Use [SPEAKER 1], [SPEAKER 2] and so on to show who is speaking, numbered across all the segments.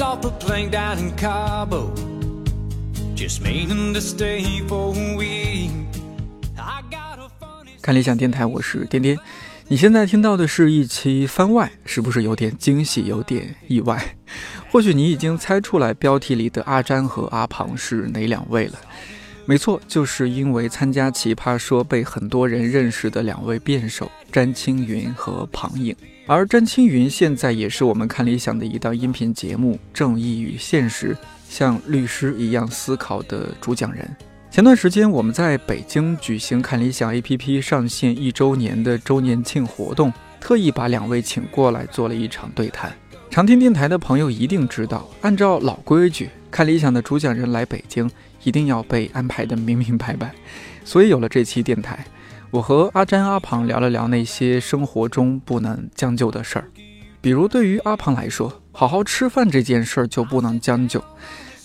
[SPEAKER 1] up a plane down in Cabo. Just meaning to stay for a week. I got a funny
[SPEAKER 2] 看理想电台，我是颠颠。你现在听到的是一期番外，是不是有点惊喜，有点意外？ 或许你已经猜出来标题里的阿詹和阿庞是哪两位了。没错，就是因为参加《奇葩说》被很多人认识的两位辩手詹青云和庞颖。而詹青云现在也是我们看理想的一档音频节目《正义与现实》，像律师一样思考的主讲人。前段时间，我们在北京举行看理想 APP 上线一周年的周年庆活动，特意把两位请过来做了一场对谈。常听电台的朋友一定知道，按照老规矩，看理想的主讲人来北京一定要被安排的明明白白，所以有了这期电台，我和阿詹、阿庞聊了聊那些生活中不能将就的事儿，比如对于阿庞来说，好好吃饭这件事儿就不能将就。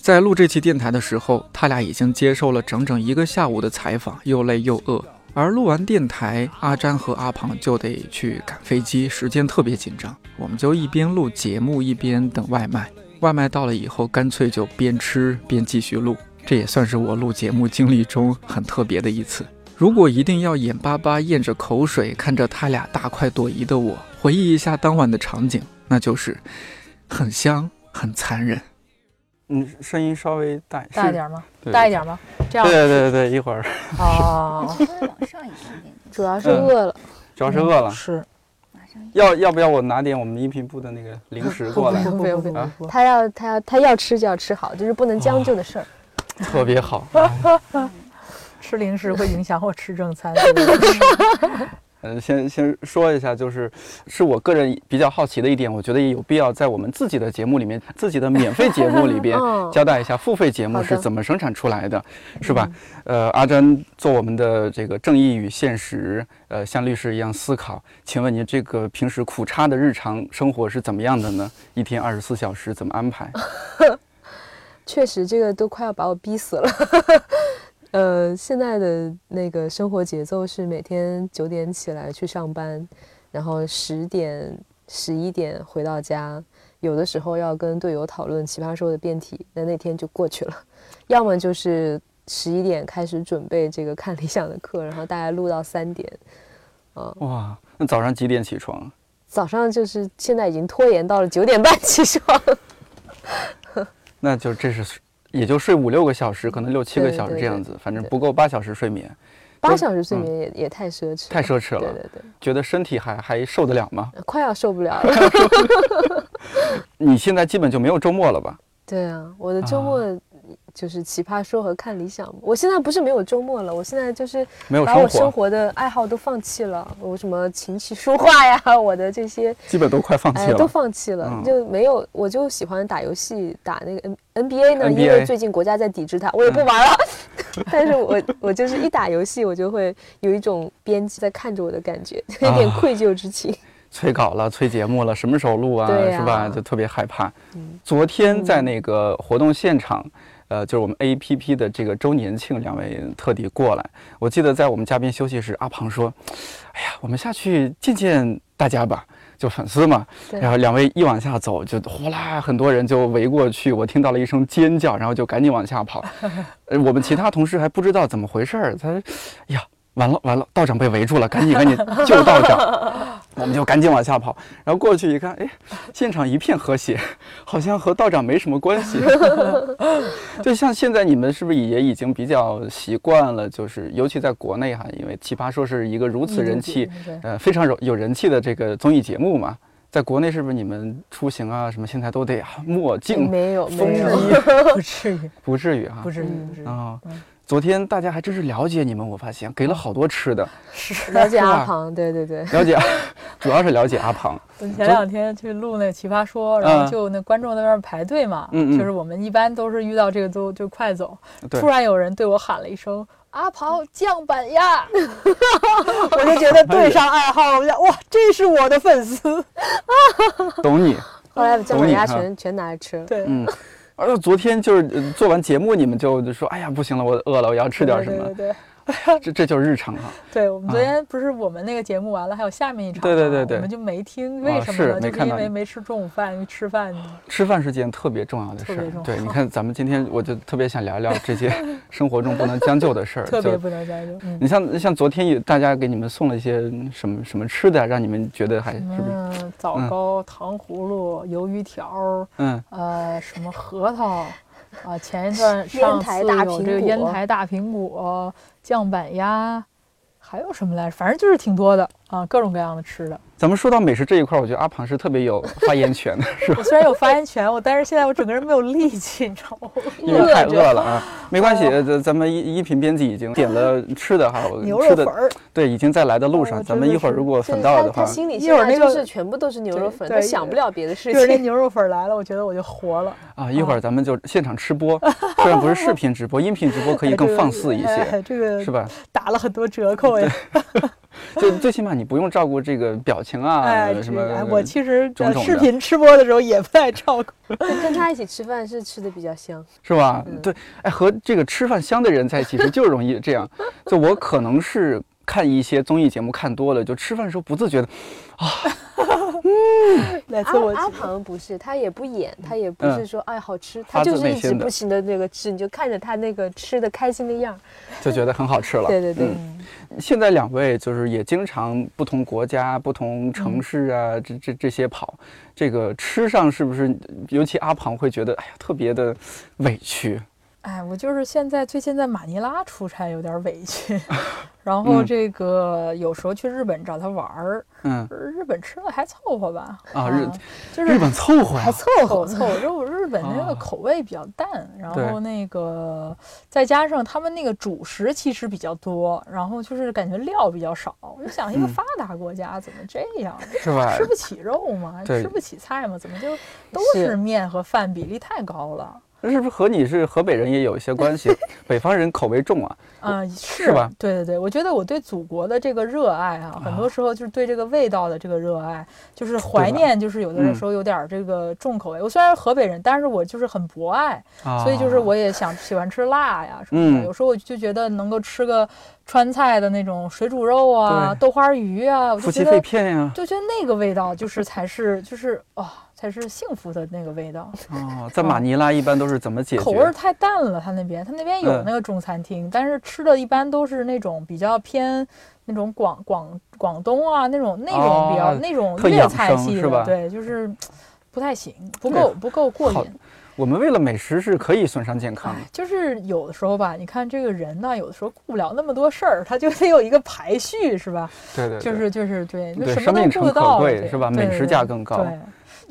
[SPEAKER 2] 在录这期电台的时候，他俩已经接受了整整一个下午的采访，又累又饿。而录完电台，阿詹和阿庞就得去赶飞机，时间特别紧张。我们就一边录节目一边等外卖，外卖到了以后，干脆就边吃边继续录。这也算是我录节目经历中很特别的一次。如果一定要眼巴巴咽着口水看着他俩大快朵颐的我，回忆一下当晚的场景，那就是很香，很残忍。
[SPEAKER 3] 嗯，声音稍微大一
[SPEAKER 4] 大一。点吗？
[SPEAKER 3] 对
[SPEAKER 4] 大一点吗？这样
[SPEAKER 3] 对对对对，一会儿
[SPEAKER 4] 哦，
[SPEAKER 5] 稍微往上一点点，
[SPEAKER 4] 主要是饿了，
[SPEAKER 3] 主要是饿了，
[SPEAKER 4] 是
[SPEAKER 5] 马
[SPEAKER 6] 嗯
[SPEAKER 5] 上一点。
[SPEAKER 3] 要要不要我拿点我们音频部的那个零食过 来？
[SPEAKER 4] 不不不不
[SPEAKER 3] 啊
[SPEAKER 4] 不，
[SPEAKER 6] 他要他要他要吃就要吃好，就是不能将就的事儿。
[SPEAKER 3] 特别 好。
[SPEAKER 4] 吃零食会影响我吃正 餐。对不对
[SPEAKER 3] 嗯，先先说一下，就是是我个人比较好奇的一点，我觉得也有必要在我们自己的节目里面，自己的免费节目里边
[SPEAKER 6] 嗯
[SPEAKER 3] 交代一下付费节目
[SPEAKER 6] 好
[SPEAKER 3] 是
[SPEAKER 6] 的嗯
[SPEAKER 3] 怎么生产出来的，是吧？呃，阿詹做我们的这个正义与现实，呃，像律师一样思考，请问您这个平时苦差的日常生活是怎么样的呢？一天二十四小时怎么安 排？
[SPEAKER 6] 确实，这个都快要把我逼死了。 呃，现在的那个生活节奏是每天九点起来去上班，然后十点、十一点回到家，有的时候要跟队友讨论《奇葩说》的辩题，那那天就过去了；要么就是十一点开始准备这个看理想的课，然后大概录到三点。
[SPEAKER 3] 哇，那早上几点起床？
[SPEAKER 6] 早上就是现在已经拖延到了九点半 起床，
[SPEAKER 3] 那就这是也就睡五六个小时，可能六七个
[SPEAKER 6] 对
[SPEAKER 3] 小时
[SPEAKER 6] 对
[SPEAKER 3] 这样
[SPEAKER 6] 对
[SPEAKER 3] 子，反正
[SPEAKER 6] 对
[SPEAKER 3] 不够八小时睡眠，
[SPEAKER 6] 八小时睡
[SPEAKER 3] 嗯
[SPEAKER 6] 眠也、也太奢侈了，
[SPEAKER 3] 太奢侈
[SPEAKER 6] 对
[SPEAKER 3] 了。
[SPEAKER 6] 对对。
[SPEAKER 3] 觉得身体还还受得了吗？
[SPEAKER 6] 快要受不了 了。
[SPEAKER 3] 你现在基本就没有周末了吧？
[SPEAKER 6] 对啊，我的周末就是奇葩说和看理想。我现在不是没有周末了，我现在就是
[SPEAKER 3] 啊没有
[SPEAKER 6] 把我
[SPEAKER 3] 生活，
[SPEAKER 6] 生活的爱好都放弃了，我什么琴棋书画呀，我的这些
[SPEAKER 3] 基本都快放弃
[SPEAKER 6] 哎
[SPEAKER 3] 了。
[SPEAKER 6] 都放弃了，
[SPEAKER 3] 嗯
[SPEAKER 6] 就没有。我就喜欢打游戏，打那个 N NBA 呢
[SPEAKER 3] NBA
[SPEAKER 6] 因为最近国家在抵制它，我也不玩 了。但是我我就是一打游戏，我就会有一种编辑在看着我的感觉， 有点
[SPEAKER 3] 啊
[SPEAKER 6] 愧疚之情。
[SPEAKER 3] 催稿了，催节目了，什么时候录啊？
[SPEAKER 6] 对
[SPEAKER 3] 是吧？
[SPEAKER 6] 呀
[SPEAKER 3] 就特别害怕。
[SPEAKER 6] 嗯
[SPEAKER 3] 昨天在那个活动现场，呃，就是我们 A P P 的这个周年庆，两位特地过来。我记得在我们嘉宾休息室，阿庞说：“哎呀，我们下去见见大家吧。”就粉丝嘛，
[SPEAKER 6] 对
[SPEAKER 3] 然后两位一往下走，就哗啦，很多人就围过去，我听到了一声尖叫，然后就赶紧往下跑。 呃，我们其他同事还不知道怎么回事儿，他说：“哎呀，完了完了，道长被围住了，赶紧赶 紧救道长！”我们就赶紧往下跑，然后过去一看，哎，现场一片和谐，好像和道长没什么关 系。就像现在你们是不是也已经比较习惯了？就是尤其在国内哈，因为《奇葩说》是一个如此人气，
[SPEAKER 4] 嗯对
[SPEAKER 3] 呃，非常有有人气的这个综艺节目嘛。在国内是不是你们出行啊什么现在都得啊墨镜？
[SPEAKER 6] 没有
[SPEAKER 3] 风
[SPEAKER 6] 没
[SPEAKER 4] 嗯没
[SPEAKER 3] 之
[SPEAKER 6] 有，
[SPEAKER 4] 有
[SPEAKER 3] 一，
[SPEAKER 4] 不 至于，
[SPEAKER 3] 不至于哈、
[SPEAKER 4] 不至于，
[SPEAKER 6] 嗯
[SPEAKER 4] 不至于。
[SPEAKER 3] 啊、
[SPEAKER 4] 嗯
[SPEAKER 3] 昨天大家还真是了解你们，我发现给了好多吃的，
[SPEAKER 4] 是
[SPEAKER 6] 了解
[SPEAKER 3] 吧
[SPEAKER 6] 阿庞，对对对。
[SPEAKER 3] 了解，啊主要是了解阿庞。
[SPEAKER 4] 我 前两天去录那《奇葩说》，然
[SPEAKER 3] 嗯
[SPEAKER 4] 后就那观众在那儿排队嘛，
[SPEAKER 3] 嗯嗯
[SPEAKER 4] 就是我们一般都是遇到这个都就快走，
[SPEAKER 3] 对
[SPEAKER 4] 突然有人对我喊了一声“阿庞降 板呀”，我就觉得对上暗号了，哇，这是我的粉丝。
[SPEAKER 3] 懂你。
[SPEAKER 6] 后来姜
[SPEAKER 3] 懂
[SPEAKER 6] 母
[SPEAKER 3] 你哈
[SPEAKER 6] 鸭全全拿来吃了，
[SPEAKER 4] 对，
[SPEAKER 3] 嗯，而且昨天就是、呃做完节目，你们就就说，哎呀，不行了，我饿了，我要吃点什么。
[SPEAKER 4] 对对对对，
[SPEAKER 3] 这这就是日常哈、
[SPEAKER 4] 对我们昨
[SPEAKER 3] 啊
[SPEAKER 4] 天不是我们那个节目完了，还有下面一场吗，
[SPEAKER 3] 对对对对
[SPEAKER 4] 我们就没听，
[SPEAKER 3] 啊
[SPEAKER 4] 为什么
[SPEAKER 3] 是
[SPEAKER 4] 呢？
[SPEAKER 3] 没
[SPEAKER 4] 就
[SPEAKER 3] 看
[SPEAKER 4] 是因
[SPEAKER 3] 到
[SPEAKER 4] 为
[SPEAKER 3] 你啊
[SPEAKER 4] 没吃中午饭，因为吃饭
[SPEAKER 3] 吃饭是件特别重要的事
[SPEAKER 4] 特别
[SPEAKER 3] 儿。
[SPEAKER 4] 重要
[SPEAKER 3] 对，你看咱们今天，我就特别想聊聊这 些生活中不能将就的事儿。
[SPEAKER 4] 特别
[SPEAKER 3] 就
[SPEAKER 4] 不能加入。嗯
[SPEAKER 3] 你像像昨天也大家给你们送了一些什么什么吃的啊，让你们觉得还是
[SPEAKER 4] 什
[SPEAKER 3] 不是？
[SPEAKER 4] 么枣
[SPEAKER 3] 嗯
[SPEAKER 4] 糕、糖葫芦、鱿鱼条儿，
[SPEAKER 3] 嗯，
[SPEAKER 4] 呃，什么核桃，啊，前一段上
[SPEAKER 5] 烟
[SPEAKER 4] 次
[SPEAKER 5] 台大
[SPEAKER 4] 有这个
[SPEAKER 5] 苹
[SPEAKER 4] 烟
[SPEAKER 5] 果
[SPEAKER 4] 台大苹果、酱板鸭，还有什么来着？反正就是挺多的啊，各种各样的吃的。
[SPEAKER 3] 咱们说到美食这一块儿，我觉得阿庞是特别有发言权的， 是吧
[SPEAKER 4] 我？虽然有发言权，我但是现在我整个人没有力气，你知道吗？
[SPEAKER 3] 因为太饿了啊，没关系，咱咱们音音频编辑已经点了吃的哈，我
[SPEAKER 4] 牛
[SPEAKER 3] 吃
[SPEAKER 4] 肉
[SPEAKER 3] 的
[SPEAKER 4] 粉儿，
[SPEAKER 3] 对，已经在来的路
[SPEAKER 4] 哦
[SPEAKER 3] 上，咱
[SPEAKER 4] 真
[SPEAKER 3] 们
[SPEAKER 4] 的
[SPEAKER 3] 一会儿
[SPEAKER 4] 是
[SPEAKER 3] 如果
[SPEAKER 6] 就是
[SPEAKER 3] 粉到了
[SPEAKER 6] 他
[SPEAKER 3] 的
[SPEAKER 6] 他
[SPEAKER 3] 话，
[SPEAKER 6] 心里
[SPEAKER 4] 一
[SPEAKER 6] 现
[SPEAKER 4] 会儿
[SPEAKER 6] 在
[SPEAKER 4] 那
[SPEAKER 6] 就
[SPEAKER 4] 个
[SPEAKER 6] 是全部都是牛
[SPEAKER 4] 对
[SPEAKER 6] 肉粉，
[SPEAKER 4] 对
[SPEAKER 6] 他想不了别的事
[SPEAKER 4] 就是那
[SPEAKER 6] 情。
[SPEAKER 4] 牛肉粉儿来了，我觉得我就活了。
[SPEAKER 3] 啊，一会
[SPEAKER 4] 哦
[SPEAKER 3] 儿咱们就现场吃 播，虽然不是视频直播，音频直播可以
[SPEAKER 4] 哎这
[SPEAKER 3] 更
[SPEAKER 4] 个
[SPEAKER 3] 放肆一
[SPEAKER 4] 哎
[SPEAKER 3] 些，
[SPEAKER 4] 这个
[SPEAKER 3] 是吧？
[SPEAKER 4] 打了很多折扣呀。
[SPEAKER 3] 最最起码你不用照顾这个表情啊
[SPEAKER 4] 哎，，这
[SPEAKER 3] 什么
[SPEAKER 4] 个哎，我其实
[SPEAKER 3] 种
[SPEAKER 4] 在
[SPEAKER 3] 种
[SPEAKER 4] 视
[SPEAKER 3] 的
[SPEAKER 4] 频吃播的时候也不太照顾。
[SPEAKER 6] 跟他一起吃饭是吃的比较香，
[SPEAKER 3] 是吧？
[SPEAKER 4] 嗯
[SPEAKER 3] 对，哎，和这个吃饭香的人在一起，就容易这 样。就我可能是看一些综艺节目看多了，就吃饭的时候不自觉的，
[SPEAKER 4] 那次我
[SPEAKER 6] 阿阿庞不是，他也不演，他也不
[SPEAKER 3] 嗯
[SPEAKER 6] 是说哎好吃，
[SPEAKER 3] 发
[SPEAKER 6] 他就
[SPEAKER 3] 自
[SPEAKER 6] 是
[SPEAKER 3] 内
[SPEAKER 6] 一直
[SPEAKER 3] 心的
[SPEAKER 6] 不停的那个吃，你就看着他那个吃的开心的样儿。
[SPEAKER 3] 就觉得很好吃了。
[SPEAKER 6] 对对对，
[SPEAKER 3] 嗯现在两位就是也经常不同国家、不同
[SPEAKER 4] 嗯
[SPEAKER 3] 城市啊，这这这些跑，这个吃上是不是？尤其阿庞会觉得，哎呀，特别的委屈。
[SPEAKER 4] 哎，我就是现在最近在马尼拉出差，有点委 屈。然后
[SPEAKER 3] 嗯
[SPEAKER 4] 这个有时候去日本找他玩儿，
[SPEAKER 3] 嗯
[SPEAKER 4] 日本吃的还凑合吧。
[SPEAKER 3] 啊，日
[SPEAKER 4] 就是
[SPEAKER 3] 日本啊凑 合呀、
[SPEAKER 4] 还凑合凑 合，就日本那个口味比较淡，然后
[SPEAKER 3] 对
[SPEAKER 4] 那个再加上他们那个主食其实比较多，然后就是感觉料比较少。我就想，一
[SPEAKER 3] 嗯
[SPEAKER 4] 个发达国家怎么这样？
[SPEAKER 3] 是吧
[SPEAKER 4] 吃？不起肉吗？
[SPEAKER 3] 对
[SPEAKER 4] 吃不起菜吗？怎么就都
[SPEAKER 6] 是
[SPEAKER 4] 是面和饭比例太高了？
[SPEAKER 3] 那是不是和你是河北人也有一些关系？北方人口味重啊。
[SPEAKER 4] 啊、
[SPEAKER 3] 是
[SPEAKER 4] 是
[SPEAKER 3] 吧？
[SPEAKER 4] 对对对，我觉得我对祖国的这个热爱啊，很多时候就是对这个味道的这个热爱，就是怀
[SPEAKER 3] 对吧
[SPEAKER 4] 念，就是有的
[SPEAKER 3] 嗯
[SPEAKER 4] 时候有点儿这个重口味。我虽然是河北人，但是我就是很博爱，
[SPEAKER 3] 啊
[SPEAKER 4] 所以就是我也想喜欢吃辣呀什么的。
[SPEAKER 3] 嗯
[SPEAKER 4] 有时候我就觉得能够吃个川菜的那种水煮肉啊、
[SPEAKER 3] 对
[SPEAKER 4] 豆花鱼啊，我
[SPEAKER 3] 夫
[SPEAKER 4] 就
[SPEAKER 3] 妻
[SPEAKER 4] 觉
[SPEAKER 3] 肺
[SPEAKER 4] 得
[SPEAKER 3] 片呀、
[SPEAKER 4] 就觉得那个味道就是才是就是哦才是幸福的那个味道。
[SPEAKER 3] 哦，在马尼拉一般都是怎么解决？
[SPEAKER 4] 啊口味儿太淡了，他那边他那边有
[SPEAKER 3] 嗯
[SPEAKER 4] 那个中餐厅，但是吃的一般都是那种比较偏那种广广广东啊那种那种比较、
[SPEAKER 3] 哦
[SPEAKER 4] 那种
[SPEAKER 3] 特
[SPEAKER 4] 粤
[SPEAKER 3] 养
[SPEAKER 4] 菜
[SPEAKER 3] 生
[SPEAKER 4] 系的，
[SPEAKER 3] 是吧
[SPEAKER 4] 对，就是不太行，不够不够过
[SPEAKER 3] 好
[SPEAKER 4] 瘾。
[SPEAKER 3] 我们为了美食是可以损伤健康
[SPEAKER 4] 哎
[SPEAKER 3] 的。，
[SPEAKER 4] 就是有的时候吧，你看这个人呢，有的时候顾不了那么多事儿，他就得有一个排序，是吧？
[SPEAKER 3] 对对对，
[SPEAKER 4] 啊就是就是对，就
[SPEAKER 3] 对
[SPEAKER 4] 什
[SPEAKER 3] 生
[SPEAKER 4] 么
[SPEAKER 3] 命
[SPEAKER 4] 都
[SPEAKER 3] 诚
[SPEAKER 4] 顾得
[SPEAKER 3] 可
[SPEAKER 4] 到了，
[SPEAKER 3] 贵
[SPEAKER 4] 对
[SPEAKER 3] 是吧
[SPEAKER 4] 对
[SPEAKER 3] 美
[SPEAKER 4] 对
[SPEAKER 3] 食价
[SPEAKER 4] 对
[SPEAKER 3] 更高
[SPEAKER 4] 对，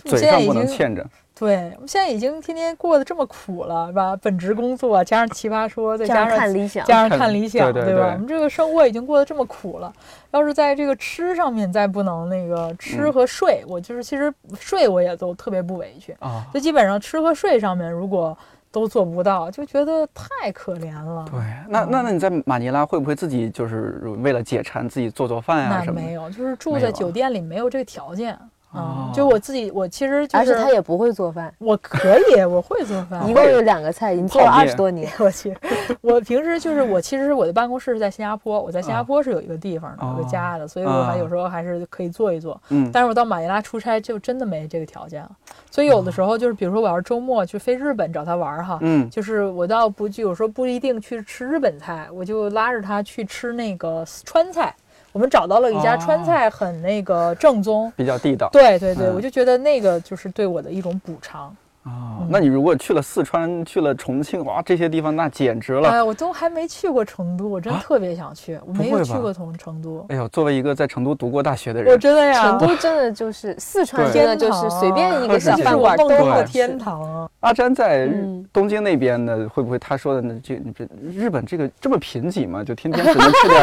[SPEAKER 4] 我
[SPEAKER 3] 嘴
[SPEAKER 4] 现在
[SPEAKER 3] 上
[SPEAKER 4] 已
[SPEAKER 3] 不能
[SPEAKER 4] 经
[SPEAKER 3] 欠着。
[SPEAKER 4] 对，我们现在已经天天过得这么苦了，是吧？本职工作加上奇葩说，再
[SPEAKER 6] 这
[SPEAKER 4] 加
[SPEAKER 6] 样
[SPEAKER 4] 上
[SPEAKER 6] 看理想，
[SPEAKER 4] 加上
[SPEAKER 3] 看
[SPEAKER 4] 看理想，
[SPEAKER 3] 对对
[SPEAKER 4] 吧？
[SPEAKER 3] 对
[SPEAKER 4] 我们这个生活已经过得这么苦了，要是在这个吃上面再不能那个吃
[SPEAKER 3] 嗯
[SPEAKER 4] 和睡，我就是其实睡我也都特别不委屈，
[SPEAKER 3] 啊，
[SPEAKER 4] 就基本上吃和睡上面如果都做不到，就觉得太可怜了。
[SPEAKER 3] 对，那那那你在马尼拉会不会自己就是为了解馋自己做做饭呀、
[SPEAKER 4] 那
[SPEAKER 3] 什么
[SPEAKER 4] 没
[SPEAKER 3] 的？
[SPEAKER 4] 有，就是住
[SPEAKER 3] 没
[SPEAKER 4] 在
[SPEAKER 3] 有啊
[SPEAKER 4] 酒店里没有这个条件啊、
[SPEAKER 3] 哦
[SPEAKER 4] 就我自己，我其实就
[SPEAKER 6] 而且
[SPEAKER 4] 是嗯
[SPEAKER 6] 他也不会做饭，
[SPEAKER 4] 我可以，我会做饭，
[SPEAKER 6] 一共有两个菜，已经做了
[SPEAKER 3] 泡
[SPEAKER 6] 二
[SPEAKER 3] 面
[SPEAKER 6] 十多年。
[SPEAKER 4] 我去，我平时就是我，其实我的办公室是在新加坡，我在新加坡是有一个地方的，有个
[SPEAKER 3] 哦
[SPEAKER 4] 家的，所以我还
[SPEAKER 3] 啊
[SPEAKER 4] 有时候还是可以坐一坐。
[SPEAKER 3] 嗯，
[SPEAKER 4] 但是我到马尼拉出差就真的没这个条件了，所以有的时候就是，比如说我要是周末去飞日本找他玩儿哈，
[SPEAKER 3] 嗯
[SPEAKER 4] 就是我倒不就有时候不一定去吃日本菜，我就拉着他去吃那个川菜。我们找到了一家川
[SPEAKER 3] 哦
[SPEAKER 4] 菜很那个正宗，
[SPEAKER 3] 比较地道。
[SPEAKER 4] 对对对，
[SPEAKER 3] 哦嗯
[SPEAKER 4] 我就觉得那个就是对我的一种补偿。嗯
[SPEAKER 3] 哦，那你如果去了四川、去了重庆，哇，这些地方那简直了。
[SPEAKER 4] 哎，我都还没去过成都，我真
[SPEAKER 3] 啊
[SPEAKER 4] 特别想去，我
[SPEAKER 3] 不
[SPEAKER 4] 没有
[SPEAKER 3] 会
[SPEAKER 4] 去
[SPEAKER 3] 吧哎
[SPEAKER 4] 过成成都，
[SPEAKER 3] 哎呦，作为一个在成都读过大学的
[SPEAKER 4] 我
[SPEAKER 3] 人，
[SPEAKER 4] 真的呀
[SPEAKER 6] 成，都真的就是四川，
[SPEAKER 3] 对
[SPEAKER 6] 真的就是随便一个小
[SPEAKER 4] 这是
[SPEAKER 6] 饭
[SPEAKER 4] 我
[SPEAKER 6] 馆
[SPEAKER 4] 梦
[SPEAKER 6] 都
[SPEAKER 4] 中
[SPEAKER 6] 好
[SPEAKER 4] 的
[SPEAKER 6] 吃
[SPEAKER 4] 天。堂啊！
[SPEAKER 3] 阿詹在日
[SPEAKER 6] 嗯
[SPEAKER 3] 东京那边呢，会不会他说的呢？这这日本这个这么贫瘠吗？就天天只能吃 点